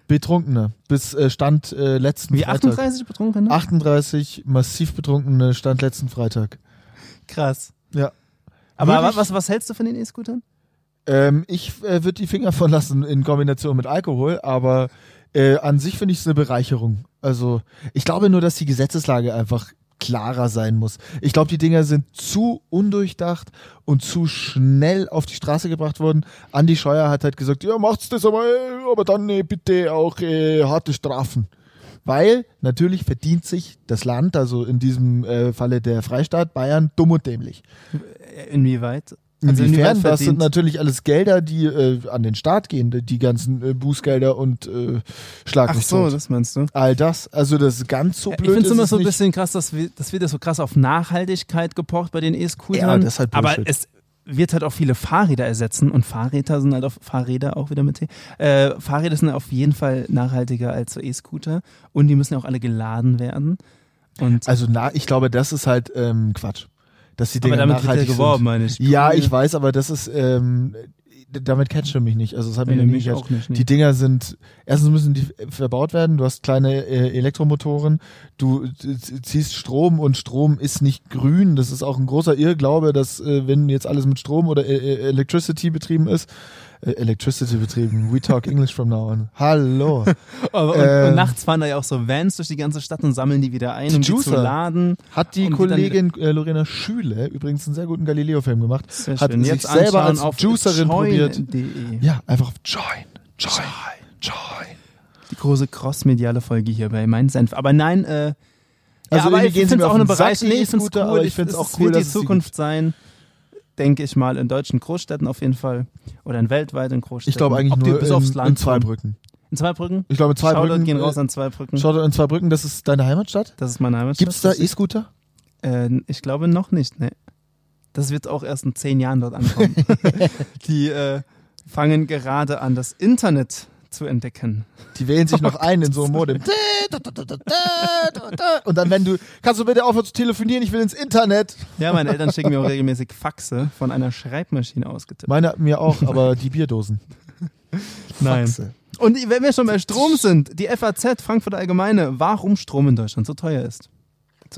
A: Betrunkene bis äh, Stand äh, letzten
B: Wie ne?
A: Freitag.
B: 38 Betrunkene?
A: 38 massiv Betrunkene Stand letzten Freitag.
B: krass.
A: Ja.
B: Aber
A: Wirklich?
B: was, was hältst du von den E-Scootern?
A: Ähm, ich äh, würde die Finger von lassen in Kombination mit Alkohol, aber äh, an sich finde ich es eine Bereicherung. Also ich glaube nur, dass die Gesetzeslage einfach klarer sein muss. Ich glaube, die Dinger sind zu undurchdacht und zu schnell auf die Straße gebracht worden. Andi Scheuer hat halt gesagt, ja, macht's das aber, äh, aber dann äh, bitte auch äh, harte Strafen. Weil natürlich verdient sich das Land, also in diesem äh, Falle der Freistaat Bayern, dumm und dämlich.
B: Inwieweit?
A: Äh, Inwiefern? Das sind
B: Also verdient-
A: natürlich alles Gelder, die äh, an den Staat gehen, die- die ganzen äh, Bußgelder und äh, Schlag
B: Ach
A: mich
B: so,
A: tot.
B: das meinst du?
A: All das, also das ist ganz so
B: Ja,
A: blöd.
B: ich finde es
A: ist
B: immer so ein
A: nicht.
B: bisschen krass, dass wir, dass wir das so krass auf Nachhaltigkeit gepocht bei den E-Scootern.
A: Ja, das ist halt
B: Aber
A: Bullshit.
B: es wird halt auch viele Fahrräder ersetzen und Fahrräder sind halt auf Fahrräder auch wieder mit T. Äh, Fahrräder sind auf jeden Fall nachhaltiger als so E-Scooter und die müssen ja auch alle geladen werden. Und
A: Also na, ich glaube, das ist halt ähm, Quatsch, dass die Dinge
B: aber damit wird ja
A: nachhaltig
B: geworben,
A: sind.
B: meine ich.
A: Ja, ich weiß, aber das ist ähm, damit catcht du mich nicht. Also es hat mich
B: Nee,
A: noch nie
B: mich
A: gecatcht.
B: auch nicht, nee.
A: Die Dinger sind, erstens müssen die verbaut werden, du hast kleine äh, Elektromotoren, du z- ziehst Strom und Strom ist nicht grün. Das ist auch ein großer Irrglaube, dass äh, wenn jetzt alles mit Strom oder äh, äh, Electricity betrieben ist, äh, Electricity betrieben, we
B: [laughs]
A: talk English from now on. Hallo.
B: Aber und,
A: Ähm.
B: und nachts fahren da ja auch so Vans durch die ganze Stadt und sammeln die wieder ein, um die zu
A: Juicer.
B: laden.
A: Hat die
B: [laughs] Und die
A: Kollegin äh, Lorena Schüle übrigens einen sehr guten Galileo-Film gemacht.
B: Sehr
A: hat
B: schön.
A: sich
B: Jetzt
A: selber
B: anschauen
A: als
B: auf E.
A: Juicerin probiert.
B: join.de.
A: Ja, einfach auf Join. Join. Join.
B: Die große crossmediale Folge hier bei Mein Senf. Aber nein, äh,
A: Also
B: ja, aber
A: irgendwie
B: ich
A: gehen sie
B: finde
A: mir
B: es auch
A: auf
B: eine
A: den Sack,
B: Bereiche.
A: die
B: Nee, ich finde es cool.
A: E-Scooter, aber ich find's
B: es
A: auch
B: es
A: cool,
B: wird
A: dass
B: die
A: es sie
B: Zukunft sein, denke ich mal, in deutschen Großstädten auf jeden Fall. Oder in weltweiten Großstädten.
A: Ich glaube eigentlich
B: Ob die
A: nur
B: bis
A: in,
B: aufs Land
A: in zwei
B: kommen.
A: Brücken.
B: In zwei Brücken?
A: Ich glaube, in zwei
B: Shoutout
A: Brücken.
B: gehen raus
A: äh,
B: an zwei Brücken.
A: Shoutout in zwei Brücken, das ist deine Heimatstadt?
B: Das ist mein Name.
A: Gibt's da E-Scooter?
B: Äh, ich glaube noch nicht, ne. Das wird auch erst in zehn Jahren dort
A: [laughs]
B: ankommen. die äh, fangen gerade an, das Internet zu entdecken.
A: Die wählen [laughs] sich noch ein in so einem Modem. Und dann, wenn du, kannst du bitte aufhören zu telefonieren, ich will ins Internet.
B: Ja, meine Eltern schicken mir auch regelmäßig Faxe von einer Schreibmaschine ausgetippt.
A: Meine mir auch, aber die Bierdosen.
B: [laughs] Nein.
A: Faxe.
B: Und wenn wir schon bei Strom sind, die FAZ, Frankfurter Allgemeine, warum Strom in Deutschland so teuer ist.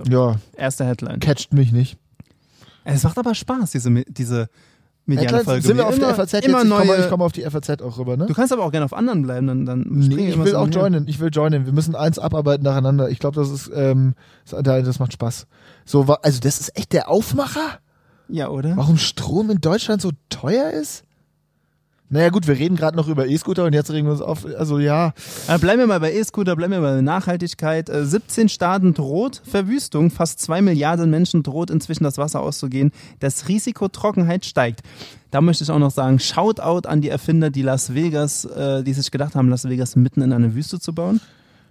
A: Ja,
B: Erste Headline.
A: catcht mich nicht.
B: Es macht aber Spaß, diese, Mi- diese mediale
A: Headlines,
B: Folge.
A: sind wir auf
B: immer,
A: der FAZ
B: immer
A: jetzt? Ich komme,
B: neue,
A: ich komme auf die FAZ auch rüber, ne?
B: Du kannst aber auch gerne auf anderen bleiben, dann, dann springe
A: Nee, ich
B: immer
A: will
B: so
A: auch
B: hin.
A: joinen. Ich will joinen. Wir müssen eins abarbeiten nacheinander. Ich glaube, das ist, ähm, das, das macht Spaß. So, wa- also das ist echt der Aufmacher,
B: Ja, oder?
A: warum Strom in Deutschland so teuer ist? Naja gut, wir reden gerade noch über E-Scooter und jetzt regen wir uns auf. Also ja,
B: Äh, Bleiben wir mal bei E-Scooter, bleiben wir mal bei Nachhaltigkeit. Äh, 17 Staaten droht Verwüstung. Fast zwei Milliarden Menschen droht inzwischen das Wasser auszugehen. Das Risiko Trockenheit steigt. Da möchte ich auch noch sagen, Shoutout an die Erfinder, die Las Vegas, äh, die sich gedacht haben, Las Vegas mitten in eine Wüste zu bauen.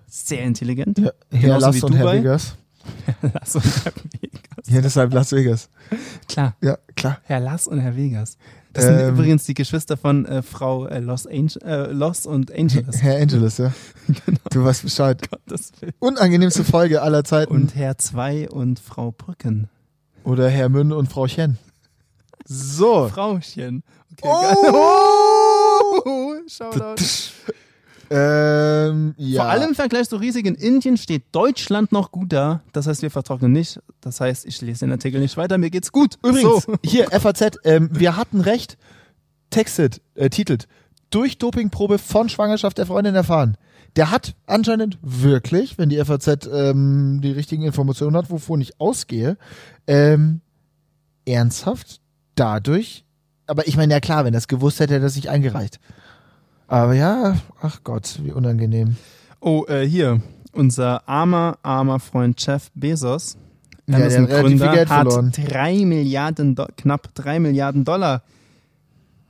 B: Sehr intelligent.
A: ja Herr
B: Genauso
A: Las
B: wie
A: und Herr
B: Dubai.
A: Vegas.
B: [laughs] Lass und Herr Vegas.
A: Ja, deshalb Las Vegas.
B: Klar,
A: Ja, klar.
B: Herr Lass und Herr Vegas. Das sind
A: Ähm.
B: übrigens die Geschwister von äh, Frau äh, Los, Angel, äh, Los und
A: [laughs]
B: Angeles.
A: Herr Angeles, ja. Du weißt Bescheid.
B: Das will-
A: Unangenehmste Folge aller Zeiten.
B: Und Herr 2 und Frau Brücken.
A: Oder Herr Münn und Frau Chen. So.
B: Frauchen. Okay,
A: Oh!
B: geil. Shoutout.
A: ähm, ja.
B: Vor allem im Vergleich zu riesigen Indien steht Deutschland noch gut da. Das heißt, wir vertrocknen nicht. Das heißt, ich lese den Artikel nicht weiter. Mir geht's gut.
A: Übrigens,
B: So.
A: hier, FAZ, ähm, wir hatten recht. Textet, äh, titelt, durch Dopingprobe von Schwangerschaft der Freundin erfahren. Der hat anscheinend wirklich, wenn die FAZ ähm, die richtigen Informationen hat, wovon ich ausgehe, ähm, ernsthaft dadurch, aber ich meine, ja klar, wenn das gewusst hätte, hätte er das nicht eingereicht. Aber ja, ach Gott, wie unangenehm.
B: Oh, äh, hier. Unser armer, armer Freund Jeff Bezos.
A: Ja, der hat relativ viel Geld
B: hat
A: verloren.
B: drei Milliarden, Do knapp 3 Milliarden Dollar.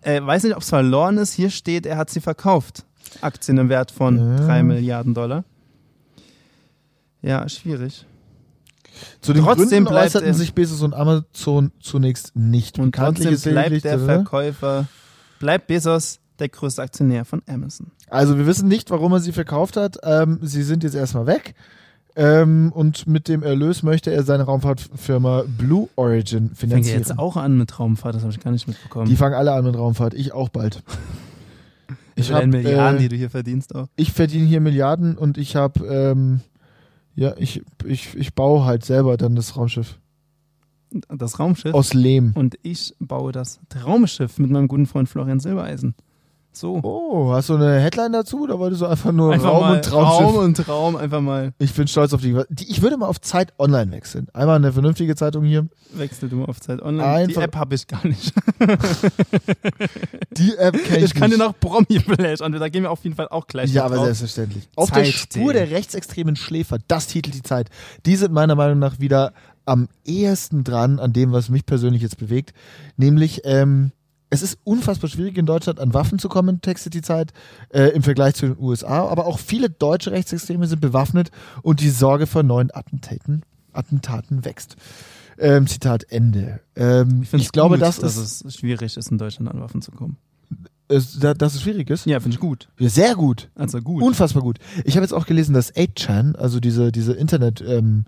B: Äh, weiß nicht, ob es verloren ist. Hier steht, er hat sie verkauft. Aktien im Wert von
A: Ja.
B: 3 Milliarden Dollar. Ja, schwierig.
A: Zu den
B: Trotzdem
A: Gründen
B: bleibt
A: äußerten
B: er-
A: sich Bezos und Amazon zunächst nicht.
B: Und
A: Bekanntlich
B: trotzdem
A: ist lediglich-
B: bleibt der Verkäufer, bleibt Bezos der größte Aktionär von Amazon.
A: Also wir wissen nicht, warum er sie verkauft hat. Ähm, sie sind jetzt erstmal weg. Ähm, und mit dem Erlös möchte er seine Raumfahrtfirma Blue Origin
B: Fängt ja
A: finanzieren.
B: jetzt auch an mit Raumfahrt, das habe ich gar nicht mitbekommen.
A: Die fangen alle an mit Raumfahrt. Ich auch bald.
B: ich
A: hab,
B: Milliarden,
A: äh,
B: die du hier verdienst auch.
A: ich verdiene hier Milliarden und ich habe, ähm, ja, ich, ich, ich baue halt selber dann das Raumschiff.
B: Das Raumschiff.
A: Aus Lehm.
B: Und ich baue das Traumschiff mit meinem guten Freund Florian Silbereisen. So.
A: Oh, hast du eine Headline dazu? Da wolltest du einfach nur
B: Einfach
A: Raum
B: mal
A: und Traumschiff.
B: Raum und Traum, einfach mal
A: Ich bin stolz auf die, die. Ich würde mal auf Zeit Online wechseln. Einmal eine vernünftige Zeitung hier.
B: wechsel du auf Zeit Online.
A: Einfach-
B: Die App habe ich gar nicht.
A: Die App kenn ich,
B: [laughs] Ich kann dir
A: nicht.
B: noch Promi-Flash an, da gehen wir auf jeden Fall auch gleich
A: Ja,
B: noch
A: aber
B: drauf.
A: selbstverständlich. Auf der
B: Zeit.de.
A: Spur der rechtsextremen Schläfer, das titelt die Zeit. Die sind meiner Meinung nach wieder am ehesten dran an dem, was mich persönlich jetzt bewegt. Nämlich, ähm, es ist unfassbar schwierig in Deutschland an Waffen zu kommen, textet die Zeit, äh, im Vergleich zu den USA. Aber auch viele deutsche Rechtsextreme sind bewaffnet und die Sorge vor neuen Attentäten, Attentaten wächst. Ähm, Zitat Ende. Ähm, ich
B: find's
A: glaube,
B: gut,
A: das
B: dass
A: ist,
B: es schwierig ist, in Deutschland an Waffen zu kommen.
A: es, da- dass es schwierig ist.
B: Ja, finde ich gut.
A: Ja, sehr gut.
B: Also gut.
A: Unfassbar gut. Ich habe jetzt auch gelesen, dass 8chan, also diese, diese Internet, ähm,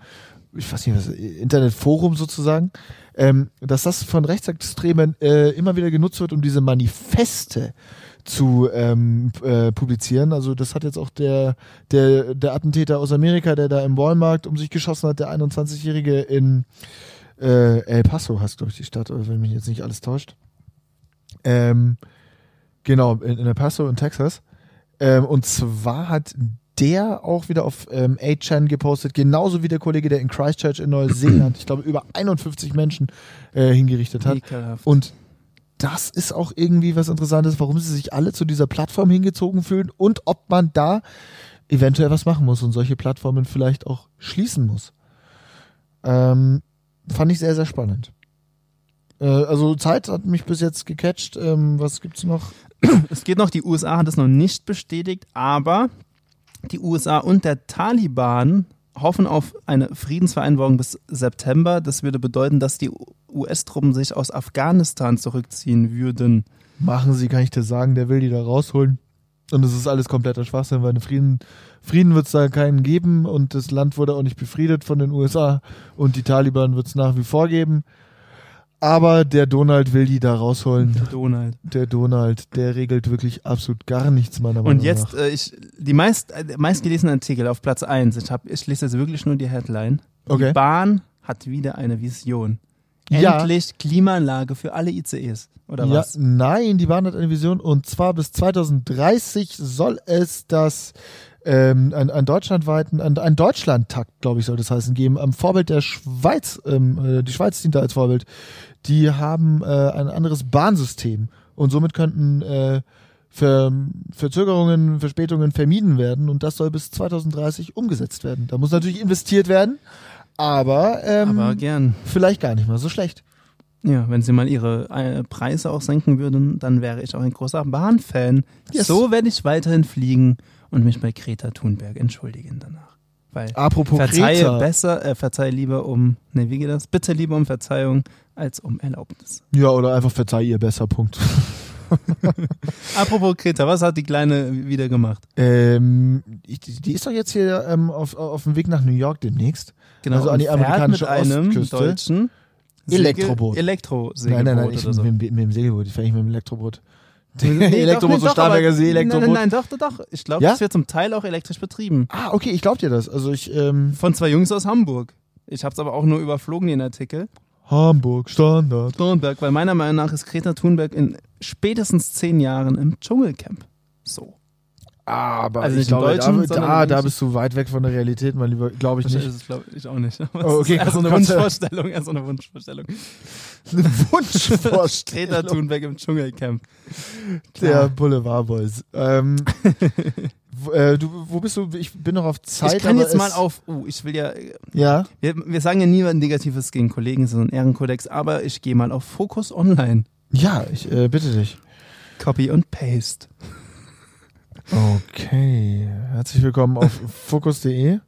A: ich weiß nicht, was, Internetforum sozusagen, ähm, dass das von Rechtsextremen äh, immer wieder genutzt wird, um diese Manifeste zu ähm, äh, publizieren. Also das hat jetzt auch der, der, der Attentäter aus Amerika, der da im Walmart um sich geschossen hat, der 21-Jährige in äh, El Paso heißt, glaube ich, die Stadt, wenn mich jetzt nicht alles täuscht. Ähm, genau, in, in El Paso in Texas. Ähm, und zwar hat der auch wieder auf ähm, 8chan gepostet, genauso wie der Kollege, der in Christchurch in Neuseeland, ich glaube, über 51 Menschen äh, hingerichtet hat.
B: Ekelhaft.
A: Und das ist auch irgendwie was Interessantes, warum sie sich alle zu dieser Plattform hingezogen fühlen und ob man da eventuell was machen muss und solche Plattformen vielleicht auch schließen muss. Ähm, fand ich sehr, sehr spannend. Äh, also Zeit hat mich bis jetzt gecatcht. Ähm, was gibt's noch?
B: Es geht noch, die USA hat es noch nicht bestätigt, aber die USA und der Taliban hoffen auf eine Friedensvereinbarung bis September. Das würde bedeuten, dass die US-Truppen sich aus Afghanistan zurückziehen würden.
A: Machen sie, kann ich dir sagen, der will die da rausholen. Und es ist alles kompletter Schwachsinn, weil einen Frieden, Frieden wird es da keinen geben und das Land wurde auch nicht befriedet von den USA und die Taliban wird es nach wie vor geben. Aber der Donald will die da rausholen.
B: Donald.
A: Der Donald, der regelt wirklich absolut gar nichts meiner Meinung
B: Und jetzt, äh, ich, die meist, äh, der meistgelesenen Artikel auf Platz 1, ich, hab, ich lese jetzt wirklich nur die Headline.
A: Okay.
B: Die Bahn hat wieder eine Vision.
A: Ja.
B: Endlich Klimaanlage für alle ICEs, oder
A: nach. Ja,
B: was?
A: nein, die Bahn hat eine Vision und zwar bis 2030 soll es das ähm, einen, einen deutschlandweiten, einen, einen Deutschlandtakt, glaube ich, soll das heißen, geben. Am Vorbild der Schweiz, ähm, äh, die Schweiz dient da als Vorbild. Die haben äh, ein anderes Bahnsystem und somit könnten äh, Ver Verzögerungen, Verspätungen vermieden werden und das soll bis 2030 umgesetzt werden. Da muss natürlich investiert werden, aber, ähm,
B: Aber gern.
A: vielleicht gar nicht mal so schlecht.
B: Ja, wenn sie mal ihre äh, Preise auch senken würden, dann wäre ich auch ein großer Bahnfan.
A: Yes.
B: So werde ich weiterhin fliegen und mich bei Greta Thunberg entschuldigen danach. Weil
A: Apropos
B: verzeihe
A: Greta.
B: besser, äh, verzeihe lieber um, ne, wie geht das? Bitte lieber um Verzeihung als um Erlaubnis.
A: Ja, oder einfach verzeih ihr besser, Punkt. [laughs]
B: Apropos Greta, was hat die Kleine wieder gemacht?
A: Ähm, ich, die die ist doch jetzt hier ähm, auf, auf dem Weg nach New York demnächst. Also an
B: Genau, und
A: die
B: fährt
A: amerikanische
B: mit einem
A: Ostküste.
B: deutschen Segel-
A: Elektroboot.
B: Elektrosegelboot
A: nein, nein, nein, ich
B: oder so.
A: mit, mit, mit dem Segelboot, ich fahre nicht mit dem
B: [laughs]
A: Elektroboot.
B: Nee,
A: [laughs]
B: doch,
A: Elektroboot,
B: nee,
A: so
B: doch,
A: Starnberger
B: aber-
A: See, Elektroboot.
B: Nein, nein, nein, doch, doch, doch. Ich glaube,
A: Ja?
B: das wird zum Teil auch elektrisch betrieben.
A: Ah, okay, ich glaub dir das. Also ich, ähm,
B: Von zwei Jungs aus Hamburg. Ich habe es aber auch nur überflogen, den Artikel.
A: Hamburg, Standard.
B: Thunberg, weil meiner Meinung nach ist Greta Thunberg in spätestens zehn Jahren im Dschungelcamp. So.
A: Aber
B: Also
A: ich
B: nicht im
A: glaube,
B: Deutschen,
A: da,
B: sondern
A: da,
B: im
A: ah, da
B: Englischen.
A: bist du weit weg von der Realität, mein Lieber. Glaube ich
B: Das
A: nicht.
B: ist, glaube ich, auch [laughs] nicht. Aber
A: Oh,
B: es
A: okay,
B: ist eher so eine
A: Gott sei Dank.
B: Wunschvorstellung. Eher so eine Wunschvorstellung.
A: Eine
B: Greta
A: Wunschvorstellung
B: Thunberg im Dschungelcamp.
A: der Boulevardboys.
B: [laughs]
A: Ähm, wo, äh, du, wo bist du? Ich bin noch auf Zeit.
B: ich kann
A: aber
B: jetzt mal
A: es-
B: auf. Oh, ich will ja.
A: Ja.
B: Wir, wir sagen ja nie was Negatives gegen Kollegen, das ist ein Ehrenkodex, aber ich gehe mal auf Focus Online.
A: Ja, ich äh, bitte dich.
B: Copy und Paste.
A: Okay. Herzlich willkommen
B: [laughs]
A: auf fokus.de.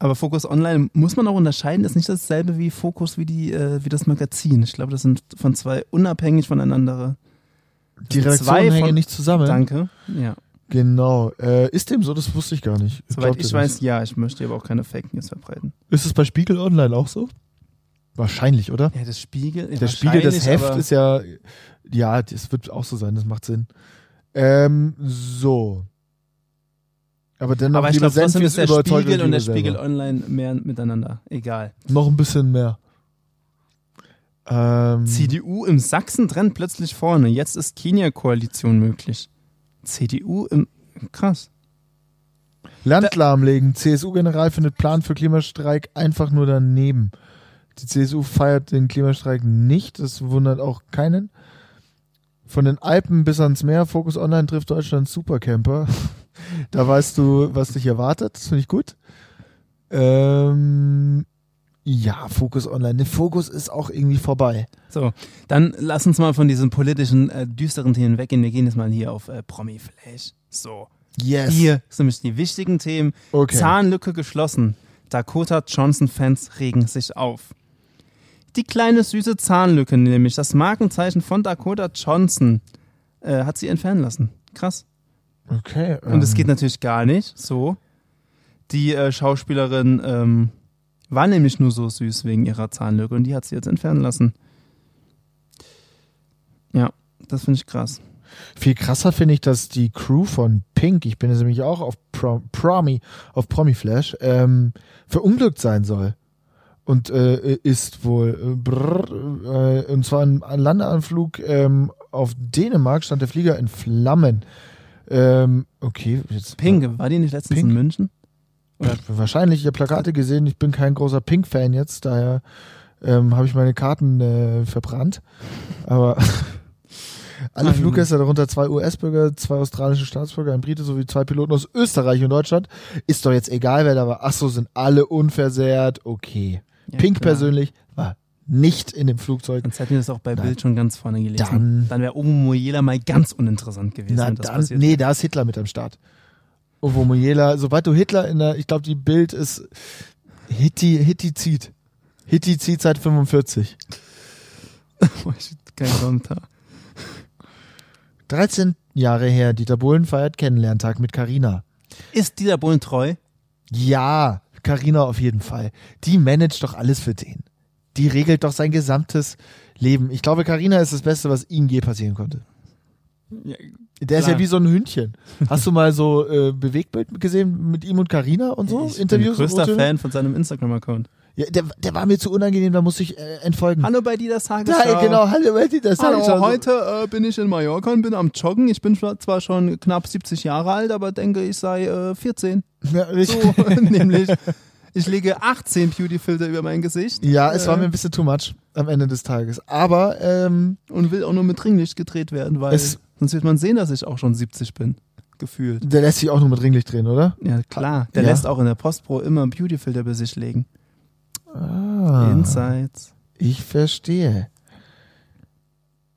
B: Aber Focus Online muss man auch unterscheiden, ist nicht dasselbe wie Focus wie, die, äh, wie das Magazin. Ich glaube, das sind von zwei unabhängig voneinander.
A: Die
B: Das sind
A: Redaktionen
B: zwei
A: hängen
B: von-
A: nicht zusammen.
B: Danke. Ja.
A: Genau. Äh, ist dem so? Das wusste ich gar nicht.
B: Soweit
A: Glaubt ihr
B: ich
A: das?
B: weiß, ja, ich möchte aber auch keine Fake News verbreiten.
A: Ist es bei Spiegel Online auch so? Wahrscheinlich, oder?
B: Ja, das Spiegel.
A: Der Spiegel, das Heft ist ja. Ja, das wird auch so sein, das macht Sinn. Ähm, so. Aber dennoch,
B: Aber ich
A: lieber
B: glaube, trotzdem
A: Senf
B: ist der
A: überzeugt
B: Spiegel
A: euch
B: und der
A: lieber
B: Spiegel
A: selber.
B: Online mehr miteinander. Egal.
A: Noch ein bisschen mehr. Ähm,
B: CDU im Sachsen-Trend plötzlich vorne. Jetzt ist Kenia-Koalition möglich. CDU im. Krass.
A: Land lahmlegen. CSU-General findet Plan für Klimastreik einfach nur daneben. Die CSU feiert den Klimastreik nicht. Das wundert auch keinen. Von den Alpen bis ans Meer. Focus Online trifft Deutschlands Supercamper. [laughs] da weißt du, was dich erwartet. Das finde ich gut. Ähm, ja, Focus Online. Der Fokus ist auch irgendwie vorbei.
B: So, dann lass uns mal von diesen politischen, äh, düsteren Themen weggehen. Wir gehen jetzt mal hier auf äh, Promi-Flash. So.
A: Yes.
B: Hier sind nämlich die wichtigen Themen.
A: Okay.
B: Zahnlücke geschlossen. Dakota Johnson-Fans regen sich auf. Die kleine süße Zahnlücke, nämlich das Markenzeichen von Dakota Johnson, äh, hat sie entfernen lassen. Krass.
A: Okay. Ähm.
B: Und es geht natürlich gar nicht. So. Die äh, Schauspielerin ähm, War nämlich nur so süß wegen ihrer Zahnlücke und die hat sie jetzt entfernen lassen. Ja, das finde ich krass.
A: Viel krasser finde ich, dass die Crew von Pink, ich bin jetzt nämlich auch auf Prom Promi, auf Promiflash, ähm, verunglückt sein soll. Und äh, ist wohl, äh, brrr, äh, und zwar ein Landeanflug ähm, auf Dänemark stand der Flieger in Flammen. Ähm, okay, jetzt.
B: Pink, war die nicht letztens
A: Pink?
B: in München? Oder
A: Wahrscheinlich, ich habe Plakate gesehen, ich bin kein großer Pink-Fan jetzt, daher ähm, habe ich meine Karten äh, verbrannt. Aber [laughs] alle
B: Nein.
A: Fluggäste, darunter zwei US-Bürger, zwei australische Staatsbürger, ein Brite sowie zwei Piloten aus Österreich und Deutschland, ist doch jetzt egal, wer da war. Ach so, sind alle unversehrt, okay.
B: Ja,
A: Pink
B: klar.
A: persönlich war nicht in dem Flugzeug.
B: Sonst hätten wir das auch bei
A: Nein.
B: Bild schon ganz vorne gelesen.
A: Dann-
B: dann wäre Omo Mojela mal ganz uninteressant gewesen.
A: Na
B: wenn das
A: dann,
B: [laughs] passiert
A: nee, da ist Hitler mit am Start. Ovo Mojela, sobald du Hitler in der, ich glaube, die Bild ist Hitti, Hittizid. Hittizid seit 45.
B: wäre. Kein Kommentar.
A: 13 Jahre her, Dieter Bohlen feiert Kennenlerntag mit Carina.
B: Ist dieser Bullen treu?
A: Ja, Carina auf jeden Fall. Die managt doch alles für den. Die regelt doch sein gesamtes Leben. Ich glaube, Carina ist das Beste, was ihm je passieren konnte. Der ist
B: Klar.
A: ja wie so ein Hündchen. Hast du mal so äh, Bewegtbild gesehen mit ihm und Carina und so?
B: ich
A: Interviews?
B: bin
A: und Hm.
B: größter
A: O-Töne?
B: Fan von seinem Instagram-Account.
A: Ja, der, der war mir zu unangenehm, da musste ich äh, entfolgen. [laughs]
B: Hallo bei dir, das Tagesschau.
A: Ja, genau, hallo, Betty, das sag ich schon
B: Hallo,
A: so. also
B: heute äh, bin ich in Mallorca und bin am Joggen. Ich bin schwa- zwar schon knapp 70 Jahre alt, aber denke, ich sei äh, 14.
A: Ja, ich, [laughs]
B: So, [laughs] nämlich, ich lege 18 Beauty-Filter über mein Gesicht
A: ja, es war
B: Äh.
A: mir ein bisschen too much am Ende des Tages. Aber ähm,
B: und will auch nur mit Ringlicht gedreht werden, weil
A: Es-
B: sonst wird man sehen, dass ich auch schon 70 bin. Gefühlt.
A: der lässt sich auch nur mit Ringlicht drehen, oder?
B: Ja, klar. Der
A: Ja.
B: lässt auch in der Postpro immer einen Beauty-Filter bei sich legen.
A: Ah,
B: Insights.
A: ich verstehe.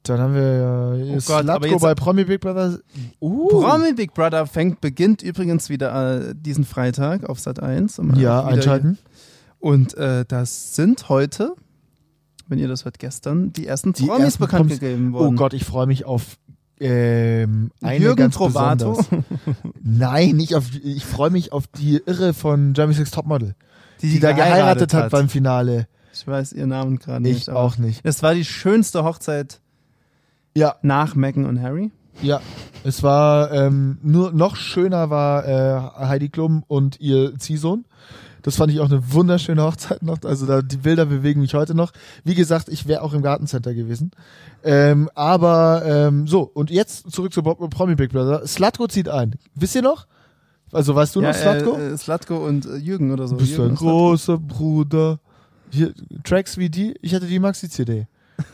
A: Dann haben wir äh,
B: Oh Gott, aber
A: Slatko
B: jetzt-
A: bei Promi Big Brother. Uh,
B: Promi Big Brother fängt, beginnt übrigens wieder äh, diesen Freitag auf Sat Um 1.
A: Ja, einschalten.
B: Und äh, das sind heute, wenn ihr das hört, gestern, die ersten
A: Die
B: Promis
A: ersten
B: bekannt
A: Promis.
B: gegeben
A: Oh
B: worden.
A: Gott, ich freue mich auf ähm, eine
B: Jürgen
A: ganz
B: Trovato.
A: besonders.
B: [laughs]
A: Nein, nicht auf. Ich freue mich auf die Irre von Jeremy Six Topmodel, die, da geheiratet hat beim Finale.
B: Ich weiß ihren Namen gerade
A: Ich
B: nicht. aber
A: auch nicht.
B: Es war die schönste Hochzeit
A: Ja,
B: nach Meghan und Harry.
A: Ja, es war ähm, nur noch schöner war äh, Heidi Klum und ihr Ziehsohn. Das fand ich auch eine wunderschöne Hochzeit noch. Also da, die Bilder bewegen mich heute noch. Wie gesagt, ich wäre auch im Gartencenter gewesen. Ähm, aber ähm, so, und jetzt zurück zu Bob- Promi Big Brother. Slatko zieht ein. Wisst ihr noch? Also weißt du
B: ja,
A: noch Slatko?
B: Äh, äh, Slatko und äh, Jürgen oder so.
A: Bist du
B: Jürgen
A: ein
B: und Slatko.
A: großer Bruder. Hier, Tracks wie die, ich hatte die Maxi-CD.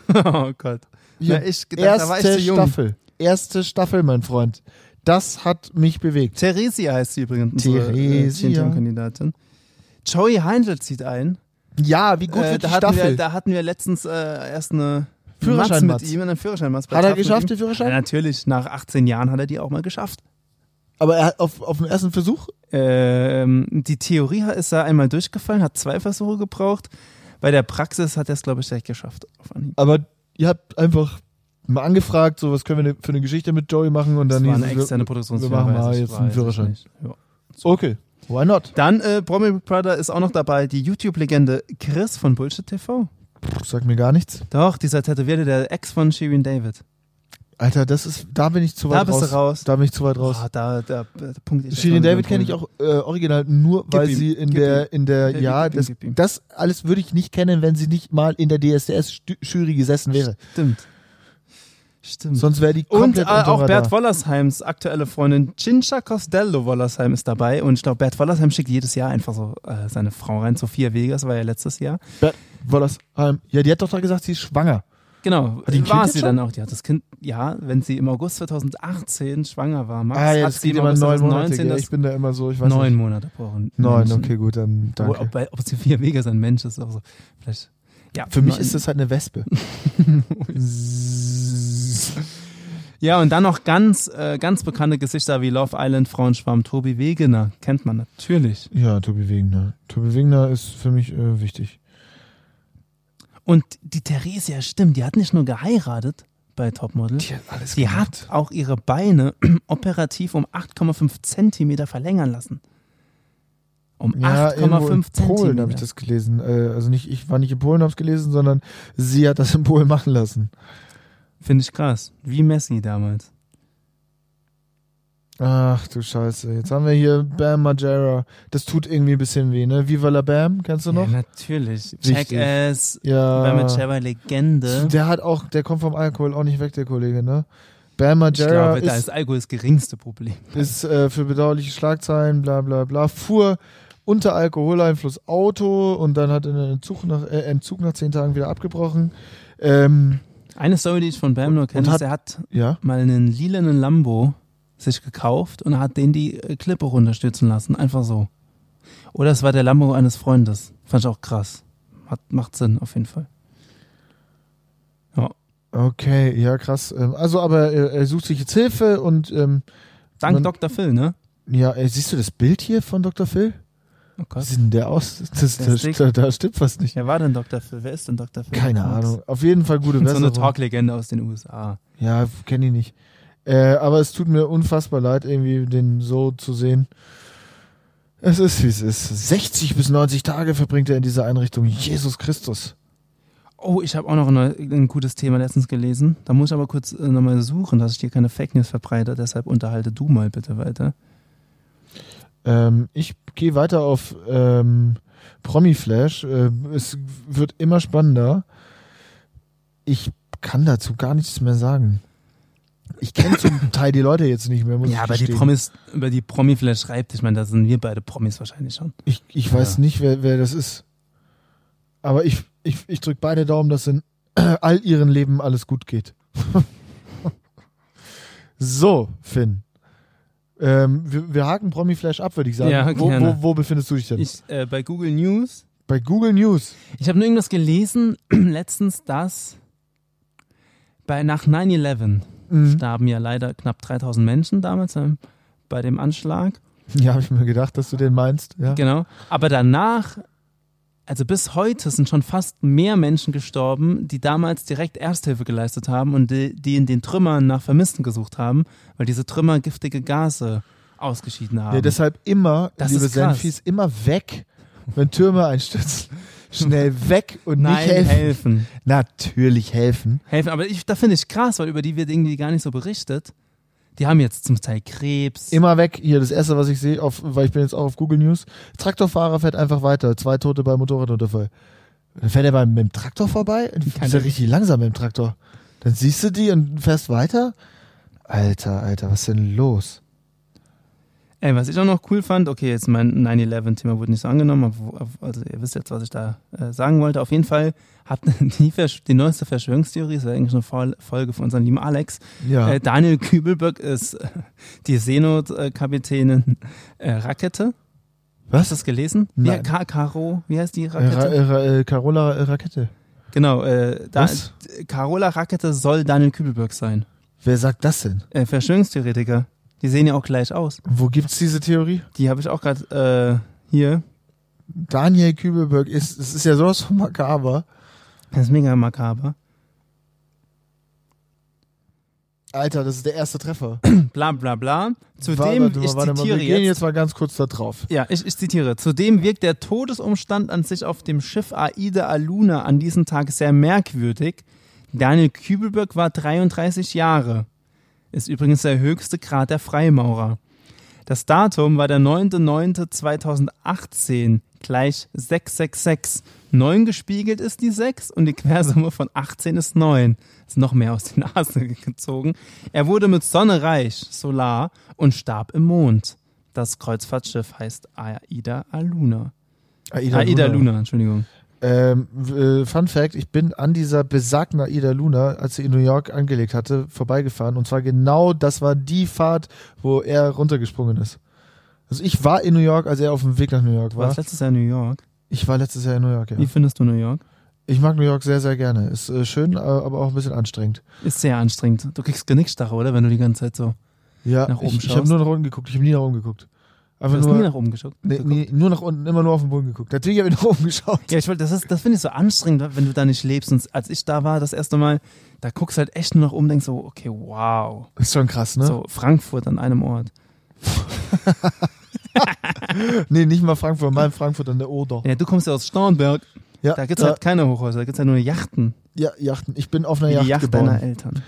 B: [laughs] Oh Gott.
A: Hier,
B: Na, ich gedacht, da war ich zu
A: erste
B: jung.
A: Staffel. Erste Staffel, mein Freund. Das hat mich bewegt.
B: Theresia heißt sie übrigens. unsere, Äh,
A: Theresia.
B: Xinjiang-Kandidatin. Joey Heindl zieht ein.
A: Ja, wie gut
B: äh,
A: wird die
B: da, hatten wir,
A: Staffel.
B: da hatten wir letztens äh, erst eine
A: Führerschein
B: Matz
A: Matz.
B: mit ihm, einen Führerschein. Matz bei
A: hat er
B: Tafel
A: geschafft,
B: mit
A: den
B: ihm. Ja,
A: Führerschein?
B: natürlich, nach 18 Jahren hat er die auch mal geschafft.
A: Aber er hat auf, auf den ersten Versuch?
B: Ähm, die Theorie ist da einmal durchgefallen, hat zwei Versuche gebraucht. Bei der Praxis hat er es, glaube ich, direkt geschafft. Auf Anhieb.
A: Aber ihr habt einfach mal angefragt, so was können wir ne- für eine Geschichte mit Joey machen und
B: Das
A: dann
B: war eine
A: hieß es,
B: externe Produktionsfirma.
A: wir machen mal
B: weiß ich,
A: jetzt einen
B: weiß ich
A: Führerschein.
B: nicht. Ja.
A: Okay, why not?
B: Dann, äh, Promi Big Brother ist auch noch dabei, die YouTube-Legende Chris von Bullshit TV.
A: Pff, Sag mir gar nichts.
B: Doch, dieser Tätowierte, der Ex von Shirin David.
A: Alter, das ist, da bin ich zu
B: Da
A: weit
B: bist
A: raus.
B: du raus.
A: Da bin ich zu weit raus.
B: Oh, da, da, da, Punkt ist
A: Shirin
B: jetzt noch
A: David
B: ein
A: kenne ich
B: Punkt.
A: auch äh, original nur, weil
B: ihm,
A: sie in
B: gib
A: der, in der,
B: Gib
A: ja,
B: ihm,
A: das,
B: gib ihm.
A: das alles würde ich nicht kennen, wenn sie nicht mal in der DSDS-Jury gesessen wäre.
B: Stimmt. Stimmt.
A: Sonst wäre die
B: und äh,
A: komplett unterm
B: auch
A: Radar.
B: Bert Wollersheims aktuelle Freundin Cincha Costello Wollersheim ist dabei. Und ich glaube, Bert Wollersheim schickt jedes Jahr einfach so äh, seine Frau rein. Sophia Vegas war ja letztes Jahr.
A: Bert Wollersheim. ähm, Ja, die hat doch da gesagt, sie ist schwanger.
B: Genau.
A: Hat die ein
B: war
A: Kind jetzt
B: sie
A: schon?
B: dann auch? Die hat das Kind, ja, wenn sie im August 2018 schwanger war, Max,
A: Ah, ja,
B: hat
A: das
B: sie
A: geht
B: im
A: immer
B: August
A: neun Monate. gell?
B: 2019
A: Ich bin da immer so, ich weiß
B: das neun
A: nicht.
B: Monate brauchen.
A: Neun,
B: Menschen.
A: okay, gut, dann
B: Obwohl,
A: danke.
B: Ob, bei- ob Sophia Vegas ein Mensch ist, also vielleicht. Ja,
A: Für mich
B: neun-
A: ist das halt eine Wespe.
B: Ja, und dann noch ganz, äh, ganz bekannte Gesichter wie Love Island, Frauenschwarm, Tobi Wegener. Kennt man natürlich.
A: [laughs] ja, Tobi Wegner. Tobi Wegner ist für mich äh, wichtig.
B: Und die Theresia, stimmt, die hat nicht nur geheiratet bei Topmodel.
A: hat alles
B: Die hat auch ihre [clears throat] Beine operativ um 8,5 Zentimeter verlängern lassen. Um
A: Ja, irgendwo
B: 8,5
A: in Polen habe
B: Zentimeter.
A: ich das gelesen. Äh, also nicht, ich war nicht in Polen, habe es gelesen, sondern sie hat das in Polen machen lassen.
B: Finde ich krass. Wie Messi damals.
A: Ach du Scheiße. Jetzt haben wir hier Bam Margera. Das tut irgendwie ein bisschen weh, ne? Viva la Bam, kennst du noch? Äh,
B: Ja, natürlich.
A: Wichtig.
B: Jackass,
A: Ja.
B: Vermicelli Legende.
A: Der hat auch, der kommt vom Alkohol auch nicht weg, der Kollege, ne? Bam Margera
B: ich glaube, da ist
A: ist,
B: Alkohol das geringste Problem.
A: ist äh, für bedauerliche Schlagzeilen, bla bla bla. Fuhr unter Alkoholeinfluss Auto und dann hat er den Entzug nach, äh, Entzug nach zehn Tagen wieder abgebrochen. Ähm,
B: Eine Story, die ich von Bam nur kenne,
A: und
B: ist,
A: hat-
B: er hat
A: ja.
B: mal einen lilanen Lambo sich gekauft und hat den die äh, Klippe runterstürzen lassen. Einfach so. Oder es war der Lambo eines Freundes. Fand ich auch krass. Hat, macht Sinn, auf jeden Fall.
A: Okay, ja, krass. Ähm, Also, aber er, er sucht sich jetzt Hilfe und ähm,
B: Dank
A: Man-
B: Dr. Phil, ne?
A: ja, ey, siehst du das Bild hier von Dr. Phil?
B: Oh
A: Wie
B: Gott.
A: sieht denn der aus? Das,
B: Der ist
A: das,
B: dick.
A: da, da stimmt was nicht.
B: Wer war denn Dr. Phil? Wer ist denn Dr. Phil?
A: Keine Ahnung. Auf jeden Fall gute
B: So eine
A: Besserung.
B: Talklegende aus den USA.
A: ja, kenne ich nicht. Äh, aber es tut mir unfassbar leid, irgendwie den so zu sehen. Es ist, wie es ist. 60 bis 90 Tage verbringt er in dieser Einrichtung. Jesus Christus.
B: Oh, ich habe auch noch ein, neu- ein gutes Thema letztens gelesen. Da muss ich aber kurz äh, nochmal suchen, dass ich dir keine Fake News verbreite. Deshalb unterhalte du mal bitte weiter.
A: Ähm, ich gehe weiter auf ähm, Promi-Flash. Äh, es wird immer spannender. Ich kann dazu gar nichts mehr sagen. Ich kenne
B: [laughs]
A: zum Teil die Leute jetzt nicht mehr, muss ich
B: Ja, aber die
A: gestehen.
B: Promis, über die Promi vielleicht schreibt. Ich meine, da sind wir beide Promis wahrscheinlich schon.
A: Ich, ich weiß
B: Ja.
A: nicht, wer, wer das ist. Aber ich, ich, ich drücke beide Daumen, dass in [clears throat] all ihren Leben alles gut geht. [laughs] so, Finn. Ähm, wir, wir haken Promi-Flash ab, würde ich sagen.
B: Ja,
A: wo,
B: gerne.
A: wo, wo befindest du dich denn?
B: Ich, äh, bei Google News.
A: Bei Google News.
B: Ich habe nur irgendwas gelesen [clears throat] letztens, dass bei, nach 9-11
A: Mhm.
B: starben ja leider knapp 3000 Menschen damals ähm, bei dem Anschlag.
A: Ja, habe ich mir gedacht, dass du den meinst. Ja.
B: Genau. Aber danach, also bis heute sind schon fast mehr Menschen gestorben, die damals direkt Ersthilfe geleistet haben und die, die in den Trümmern nach Vermissten gesucht haben, weil diese Trümmer giftige Gase ausgeschieden haben.
A: Ja, deshalb immer,
B: Das
A: liebe
B: ist krass.
A: Senfis, immer weg, wenn Türme
B: [laughs]
A: einstürzen. Schnell weg und
B: Nein,
A: nicht helfen.
B: helfen.
A: Natürlich helfen.
B: helfen. Aber ich, da finde ich krass, weil über die wird irgendwie gar nicht so berichtet. Die haben jetzt zum Teil Krebs.
A: Immer weg. Hier, das erste, was ich sehe, auf, weil ich bin jetzt auch auf Google News. Traktorfahrer fährt einfach weiter. Zwei Tote beim Motorradunterfall. Dann fährt er beim, mit dem Traktor vorbei. Dann
B: Kann
A: ist er
B: er-
A: richtig langsam mit dem Traktor. Dann siehst du die und fährst weiter. Alter, Alter, was ist denn los?
B: Ey, was ich auch noch cool fand, okay, jetzt mein 9-11-Thema wurde nicht so angenommen, aber wo- auf- also ihr wisst jetzt, was ich da äh, sagen wollte. Auf jeden Fall hat [laughs] die, Versch die neueste Verschwörungstheorie, das war eigentlich eine Fol- Folge von unserem lieben Alex,
A: Ja.
B: äh, Daniel Kübelböck ist äh, die Seenot-Kapitänin äh, Rakete. Hast
A: was?
B: du das gelesen? Wie,
A: Nein.
B: Ka Caro, wie heißt die
A: Äh, Ra
B: Rakete?
A: äh, Ra äh, Carola äh, Rakete.
B: genau, äh, da,
A: Was?
B: Carola Rakete soll Daniel Kübelböck sein.
A: Wer sagt das denn?
B: Äh, Verschwörungstheoretiker, die sehen ja auch gleich aus.
A: Wo gibt's diese Theorie?
B: Die habe ich auch gerade äh, hier.
A: Daniel Kübelberg ist, es ist ja sowas von makaber.
B: Das ist mega makaber.
A: Alter, das ist der erste Treffer.
B: bla bla bla.
A: Warte,
B: Zudem,
A: warte,
B: ich
A: warte mal,
B: zitiere
A: wir gehen
B: jetzt.
A: jetzt mal ganz kurz da drauf.
B: Ja, ich, ich zitiere. Zudem wirkt der Todesumstand an sich auf dem Schiff Aida Aluna an diesem Tag sehr merkwürdig. Daniel Kübelberg war 33 Jahre. Ist übrigens der höchste Grad der Freimaurer. Das Datum war der 9.9.2018 gleich 666. 9 gespiegelt ist die 6 und die Quersumme von 18 ist 9. Ist noch mehr aus den Nase [laughs] gezogen. Er wurde mit Sonne reich, Solar, und starb im Mond. Das Kreuzfahrtschiff heißt Aida Aluna.
A: Aida,
B: Aida Luna, Entschuldigung.
A: Ähm, w- äh, Fun Fact, ich bin an dieser besagten Aida Luna, als sie in New York angelegt hatte, vorbeigefahren. Und zwar genau, das war die Fahrt, wo er runtergesprungen ist. Also ich war in New York, als er auf dem Weg nach New York
B: Du warst
A: war.
B: letztes Jahr in New York.
A: Ich war letztes Jahr in New York, ja.
B: Wie findest du New York?
A: Ich mag New York sehr, sehr gerne. Ist äh, schön, äh, aber auch ein bisschen anstrengend.
B: Ist sehr anstrengend. Du kriegst Genickstache, oder? Wenn du die ganze Zeit so.
A: Ja,
B: Nach oben
A: ich, ich
B: schaust.
A: habe nur nach unten geguckt. Ich habe nie nach oben geguckt.
B: Du
A: Einfach
B: hast
A: nur,
B: nie nach oben geschaut.
A: nee, nee, nur nach unten, immer nur auf den Boden geguckt. Natürlich habe ich [laughs] nach oben geschaut.
B: Ja, ich wollte, das, ist- das finde ich so anstrengend, wenn du da nicht lebst. Und als ich da war, das erste Mal, da guckst halt echt nur nach oben, denkst so, okay, wow.
A: ne? Ist schon krass, ne?
B: So Frankfurt an einem Ort.
A: Nee, nicht mal Frankfurt, mal in Frankfurt an der Oder.
B: Ja, du kommst ja aus Starnberg.
A: Ja,
B: Da gibt's halt keine Hochhäuser, da gibt's halt nur Yachten.
A: ja, Yachten. Ich bin auf einer
B: Wie
A: Yacht,
B: die Yacht
A: geboren.
B: deiner Eltern.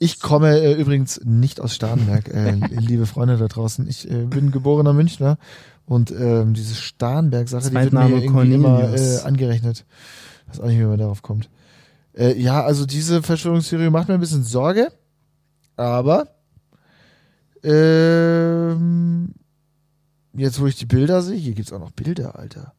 A: Ich komme äh, übrigens nicht aus Starnberg, äh, liebe Freunde da draußen. Ich äh, bin geborener Münchner und ähm, diese Starnberg-Sache, die wird mir
B: Zweitname
A: irgendwie immer äh,
B: Cornelius.
A: angerechnet. Ich weiß auch nicht, wie man darauf kommt. Äh, ja, also diese Verschwörungstheorie macht mir ein bisschen Sorge, aber ähm, jetzt, wo ich die Bilder sehe, hier gibt's auch noch Bilder, Alter.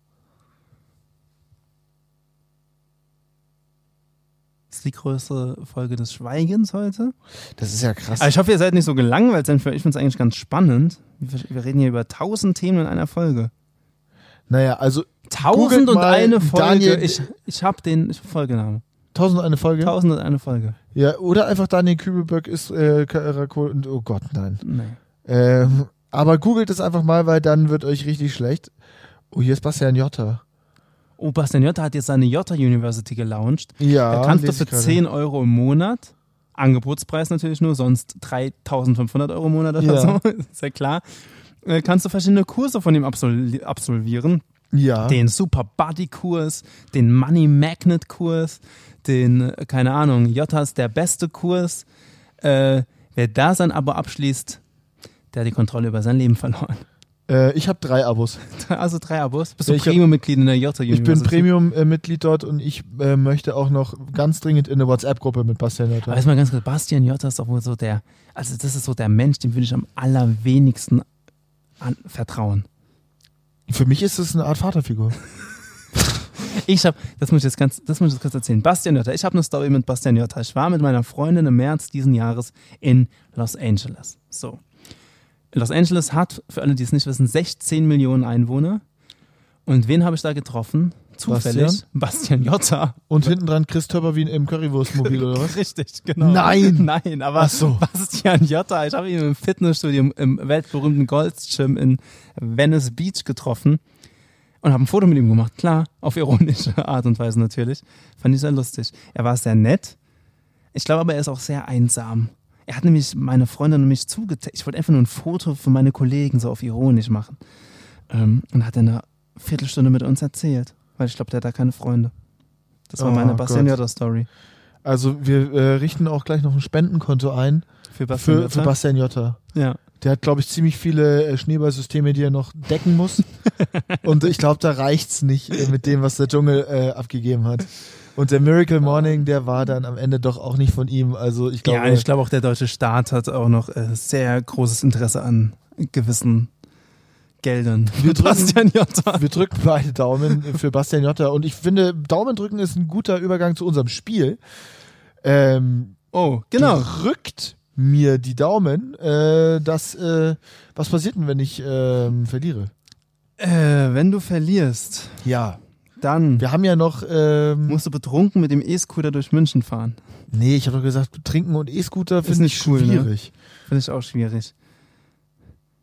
B: Das ist die größte Folge des Schweigens heute.
A: Das ist ja krass.
B: Aber Also ich hoffe, ihr seid nicht so gelangweilt, denn für- ich find's eigentlich ganz spannend. Wir, wir reden hier über tausend Themen in einer Folge.
A: Naja, also
B: Tausend und
A: mal
B: eine Folge.
A: Daniel-
B: ich ich habe den ich hab Folgenamen.
A: tausend und eine Folge.
B: Tausend und eine Folge.
A: Ja, oder einfach Daniel Kübelberg ist äh, Karakol. Oh Gott, nein.
B: Nee.
A: Ähm, aber googelt es einfach mal, weil dann wird euch richtig schlecht. Oh, hier ist Bastian Jotta.
B: Oh, Bastian Jotta hat jetzt seine Jotta University gelauncht.
A: Ja,
B: da kannst du
A: lese
B: für
A: ich gerade.
B: 10 Euro im Monat, Angebotspreis natürlich nur, sonst 3500 Euro im Monat oder
A: Ja.
B: so, [laughs] ist ja klar, äh, kannst du verschiedene Kurse von ihm absol absolvieren.
A: Ja.
B: Den Super Buddy Kurs, den Money Magnet Kurs, den, äh, keine Ahnung, Jottas der beste Kurs. Äh, wer da sein Abo abschließt, der hat die Kontrolle über sein Leben verloren. [laughs]
A: Äh, ich habe drei Abos.
B: Also drei Abos. Bist du
A: Ja, ich hab-
B: Premium-Mitglied in der Jotta
A: Ich bin
B: University?
A: Premium-Mitglied dort und ich äh, möchte auch noch ganz dringend in eine WhatsApp-Gruppe mit Bastian
B: Aber
A: Jotta.
B: erstmal ganz kurz, Bastian Jotta ist doch wohl so der, also das ist so der Mensch, dem würde ich am allerwenigsten an, vertrauen.
A: Für mich ist es eine Art Vaterfigur.
B: Ich habe, das muss ich jetzt ganz, das muss ich jetzt kurz erzählen. Bastian Jotta, ich habe eine Story mit Bastian Jotta. Ich war mit meiner Freundin im März diesen Jahres in Los Angeles. So. Los Angeles hat, für alle, die es nicht wissen, 16 Millionen Einwohner. Und wen habe ich da getroffen? Zufällig.
A: Bastian?
B: Bastian Jotta.
A: Und hinten dran Chris Töpper wie in- im Currywurstmobil oder was?
B: [laughs] Richtig, genau.
A: Nein!
B: Nein, aber
A: Ach so.
B: Bastian Jotta, ich habe ihn im Fitnessstudio im weltberühmten Gold's Gym in Venice Beach getroffen und habe ein Foto mit ihm gemacht. Klar, auf ironische Art und Weise natürlich. Fand ich sehr lustig. Er war sehr nett. Ich glaube aber, er ist auch sehr einsam. Er hat nämlich meine Freundin und mich zugeteilt. Ich wollte einfach nur ein Foto für meine Kollegen so auf ironisch machen. Ähm, und hat dann eine Viertelstunde mit uns erzählt. Weil ich glaube, der hat da keine Freunde. Das war
A: Oh
B: meine Bastian
A: Gott.
B: Jotta-Story.
A: Also wir äh, richten auch gleich noch ein Spendenkonto ein
B: Für
A: für, für
B: Jotta.
A: Bastian Jotta.
B: Ja.
A: Der hat, glaube ich, ziemlich viele äh, Schneeballsysteme, die er noch decken
B: [laughs]
A: muss. Und ich glaube, da reicht's nicht äh, mit dem, was der Dschungel äh, abgegeben hat. Und der Miracle Morning, der war dann am Ende doch auch nicht von ihm. Also ich glaube,
B: ja, ich glaube auch der deutsche Staat hat auch noch äh, sehr großes Interesse an gewissen Geldern.
A: Wir drücken-
B: Sebastian Jotta.
A: wir drücken beide Daumen für Bastian Jotta. Und ich finde, Daumen drücken ist ein guter Übergang zu unserem Spiel. Ähm,
B: Oh, genau.
A: Drückt mir die Daumen, äh, dass äh, was passiert denn, wenn ich ähm, verliere?
B: Äh, wenn du verlierst,
A: Ja.
B: dann
A: Wir haben ja noch ähm,
B: musst du betrunken mit dem E-Scooter durch München fahren.
A: Nee, ich habe doch gesagt, trinken und E-Scooter finde
B: nicht
A: ich
B: cool, ne?
A: schwierig.
B: Finde ich auch schwierig.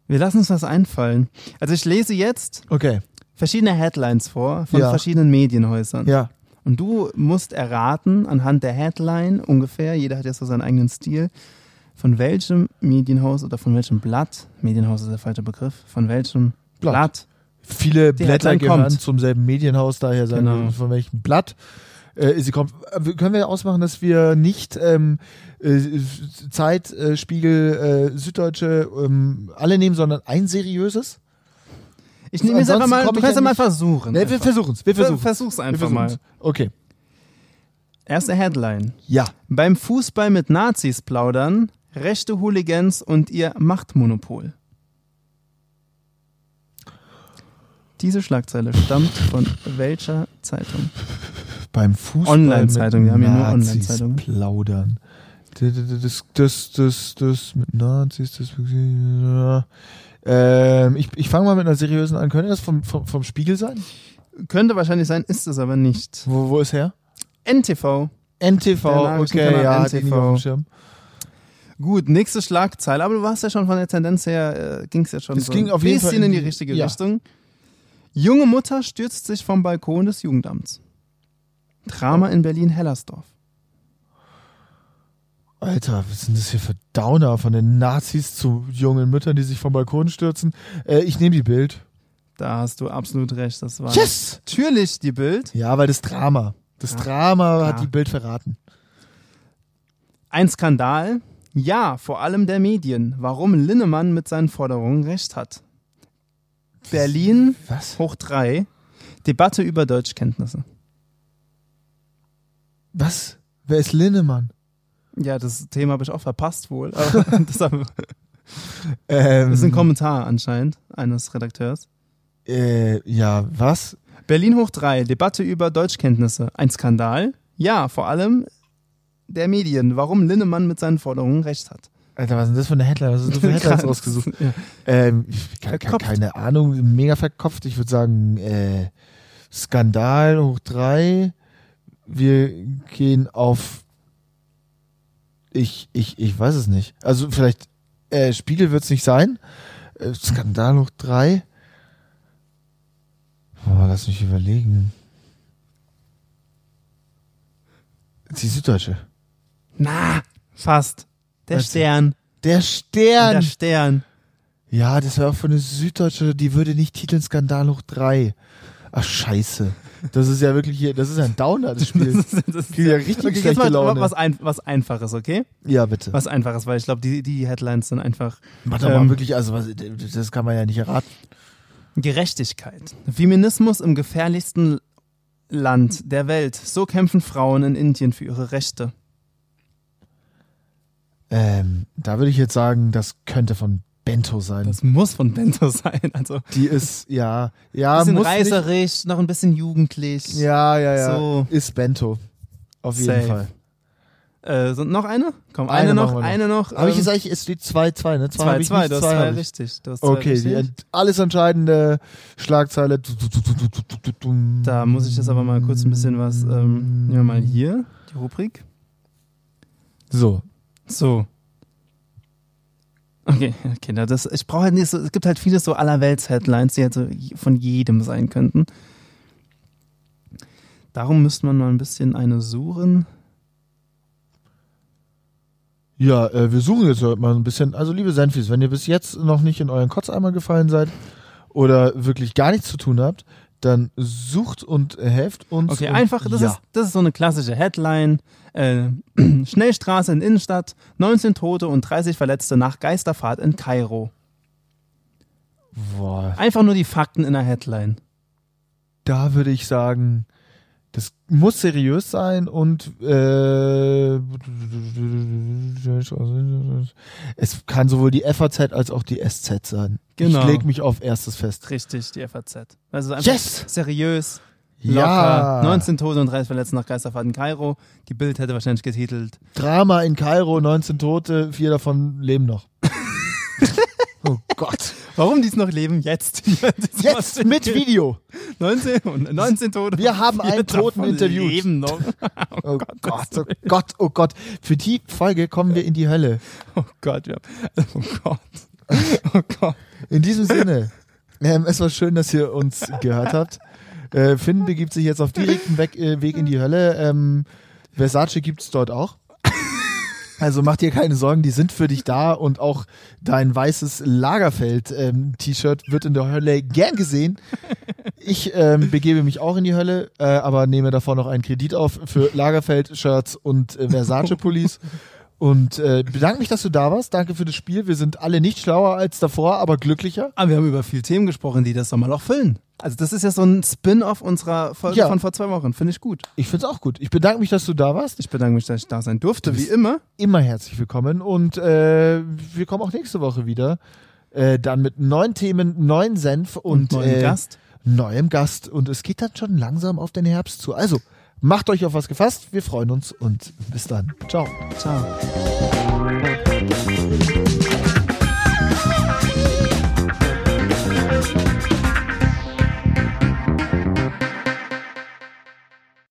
B: Wir lassen uns was einfallen. Also ich lese jetzt
A: Okay,
B: verschiedene Headlines vor von
A: Ja.
B: verschiedenen Medienhäusern.
A: ja.
B: Und du musst erraten, anhand der Headline ungefähr, jeder hat ja so seinen eigenen Stil, von welchem Medienhaus oder von welchem Blatt, Medienhaus ist der falsche Begriff, von welchem
A: Blatt.
B: Blatt,
A: Viele
B: Die
A: Blätter
B: Headline
A: gehören
B: kommt.
A: zum selben Medienhaus, daher sagen
B: Genau.
A: wir von welchem Blatt. Äh, sie kommt. Äh, Können wir ausmachen, dass wir nicht ähm, äh, Zeit, äh, Spiegel, äh, Süddeutsche ähm, alle nehmen, sondern ein seriöses?
B: Ich nehme jetzt einfach
A: Ansonsten
B: mal,
A: komm
B: du
A: ich
B: kannst
A: ja
B: ja mal
A: nicht-
B: versuchen.
A: Ne, wir
B: einfach.
A: versuchen es. Wir
B: Ver-
A: versuchen
B: Versuch's einfach mal.
A: Okay.
B: Erste Headline.
A: Ja.
B: Beim Fußball mit Nazis plaudern, rechte Hooligans und ihr Machtmonopol. Diese Schlagzeile stammt von welcher Zeitung?
A: Beim Fußball.
B: Online-Zeitung,
A: mit
B: wir haben ja nur
A: Nazis
B: Online-Zeitung.
A: Plaudern. D- d- d- Das, das, das, das mit Nazis, das. Ähm, ich ich fange mal mit einer seriösen an. Könnte das vom, vom, vom Spiegel sein?
B: Könnte wahrscheinlich sein, ist es aber nicht.
A: Wo, wo ist her?
B: NTV.
A: NTV,
B: Der Nachrichtenkanal
A: okay, ja, NTV.
B: NTV.
A: auf dem Schirm.
B: Gut, nächste Schlagzeile. Aber du warst ja schon von der Tendenz her, äh, ging es ja schon
A: Es
B: so
A: ging
B: ein
A: auf jeden
B: bisschen
A: Fall
B: in
A: in
B: die
A: die-
B: richtige
A: ja.
B: Richtung. Junge Mutter stürzt sich vom Balkon des Jugendamts. Drama in Berlin-Hellersdorf.
A: Alter, was sind das hier für Downer von den Nazis zu jungen Müttern, die sich vom Balkon stürzen? Äh, ich nehme die Bild.
B: Da hast du absolut recht. Das war
A: Yes!
B: natürlich die Bild.
A: Ja, weil das Drama. Das
B: Ja.
A: Drama hat
B: Ja.
A: die Bild verraten.
B: Ein Skandal? Ja, vor allem der Medien. Warum Linnemann mit seinen Forderungen recht hat. Berlin
A: Was?
B: hoch drei. Debatte über Deutschkenntnisse.
A: Was? Wer ist Linnemann?
B: Ja, das Thema habe ich auch verpasst wohl. Aber [laughs] das haben-
A: Ähm,
B: das ist ein Kommentar anscheinend eines Redakteurs.
A: äh, ja, was?
B: Berlin hoch drei. Debatte über Deutschkenntnisse. Ein Skandal? Ja, vor allem der Medien. Warum Linnemann mit seinen Forderungen recht hat.
A: Alter, was ist denn das für eine Headline? Was ist [laughs] denn für eine Headline rausgesucht?
B: Ja.
A: Ähm, ich, ke- ke-
B: Verkopft.
A: keine Ahnung, mega verkopft. Ich würde sagen, äh, Skandal hoch drei. Wir gehen auf. Ich, ich, ich weiß es nicht. Also vielleicht äh, Spiegel wird es nicht sein. Äh, Skandal hoch drei. Oh, lass mich überlegen. Die Süddeutsche.
B: Na, fast. Der
A: Also,
B: Stern.
A: Der Stern. [laughs]
B: Der Stern.
A: Ja, das wäre auch von eine Süddeutsche, die würde nicht titeln Skandal hoch 3. Ach, scheiße. Das ist ja wirklich hier, das ist ja ein Downer, das
B: [laughs]
A: Spiel.
B: Das ist
A: Krieg ja richtig
B: Okay, jetzt
A: schlechte
B: mal
A: Laune.
B: Was, ein, was Einfaches, okay?
A: ja, bitte.
B: Was Einfaches, weil ich glaube, die, die Headlines sind einfach
A: Warte mal,
B: ähm,
A: wirklich, also, was, das kann man ja nicht erraten.
B: Gerechtigkeit. Feminismus im gefährlichsten Land der Welt. So kämpfen Frauen in Indien für ihre Rechte.
A: Ähm, da würde ich jetzt sagen, das könnte von Bento sein.
B: Das muss von Bento [laughs] sein. Also ein
A: die
B: [laughs]
A: ist, ja, ja,
B: bisschen
A: Ah, muss nicht,
B: reißerisch, noch ein bisschen jugendlich.
A: Ja, ja, ja.
B: So.
A: Ist Bento. Auf jeden
B: Safe.
A: Fall.
B: Äh, so, noch eine? Komm,
A: Eine
B: eine, noch,
A: machen wir noch.
B: eine noch.
A: Habe ich
B: ähm,
A: gesagt, es steht 2-2, ne? 2
B: Zwei,
A: habe ich
B: zwei,
A: nicht,
B: du hast
A: zwei
B: zwei
A: habe ich.
B: richtig. Du hast zwei
A: Okay, die
B: richtig.
A: ent- alles entscheidende Schlagzeile.
B: Da muss ich jetzt aber mal kurz ein bisschen was. Ähm, nehmen wir mal hier die Rubrik.
A: So.
B: So. Okay, okay, na, das, ich brauche halt nicht so, es gibt halt viele so allerwelts-Headlines, die halt so j- von jedem sein könnten. Darum müsste man mal ein bisschen eine suchen.
A: Ja, äh, wir suchen jetzt heute mal ein bisschen. Also, liebe Senfis, wenn ihr bis jetzt noch nicht in euren Kotzeimer gefallen seid oder wirklich gar nichts zu tun habt, dann sucht und helft uns.
B: Okay,
A: und,
B: einfach, das,
A: um- ja.
B: ist, das ist so eine klassische Headline. Äh, [clears throat] Schnellstraße in Innenstadt, 19 Tote und 30 Verletzte nach Geisterfahrt in Kairo.
A: Boah,
B: Einfach nur die Fakten in der Headline.
A: da würde ich sagen, das muss seriös sein und äh, es kann sowohl die FAZ als auch die SZ sein.
B: Genau.
A: Ich leg mich auf erstes fest.
B: Richtig, die FAZ. Also einfach
A: Yes!
B: seriös,
A: Ja!
B: Locker. 19 Tote und 30 Verletzte nach Geisterfahrt in Kairo. Die Bild hätte wahrscheinlich getitelt.
A: Drama in Kairo, 19 Tote, vier davon leben noch. [laughs] oh Gott.
B: Warum dies noch leben? Jetzt. [laughs]
A: Jetzt mit Video.
B: 19, und 19 Tote.
A: Wir haben
B: Vier
A: einen Toten
B: davon
A: interviewt.
B: Leben noch.
A: Oh Gott, oh Gott, oh Gott. Für die Folge kommen wir in die Hölle.
B: Oh Gott, ja. [laughs] Oh Gott. Oh
A: [laughs]
B: Gott.
A: In diesem Sinne, ähm, es war schön, dass ihr uns gehört habt. Äh, Finn begibt sich jetzt auf direkten Weg, äh, Weg in die Hölle. Ähm, Versace gibt's dort auch. Also mach dir keine Sorgen, die sind für dich da und auch dein weißes Lagerfeld-T-Shirt wird in der Hölle gern gesehen. Ich ähm, begebe mich auch in die Hölle, äh, aber nehme davor noch einen Kredit auf für Lagerfeld-Shirts und äh, Versace-Pullis. Und äh, bedanke mich, dass du da warst. Danke für das Spiel. Wir sind alle nicht schlauer als davor, aber glücklicher.
B: Aber wir haben über viele Themen gesprochen, die das Sommerloch füllen. Also das ist ja so ein Spin-off unserer Folge
A: Ja.
B: von vor zwei Wochen. Finde ich gut.
A: Ich find's auch gut. Ich bedanke mich, dass du da warst.
B: Ich bedanke mich, dass ich da sein durfte, wie
A: bist-
B: immer.
A: Immer herzlich willkommen und äh, wir kommen auch nächste Woche wieder. Äh, dann mit neuen Themen, neuen Senf und,
B: neuen
A: äh,
B: Gast.
A: neuem Gast. Und es geht dann schon langsam auf den Herbst zu. Also macht euch auf was gefasst. Wir freuen uns und bis dann. Ciao.
B: Ciao.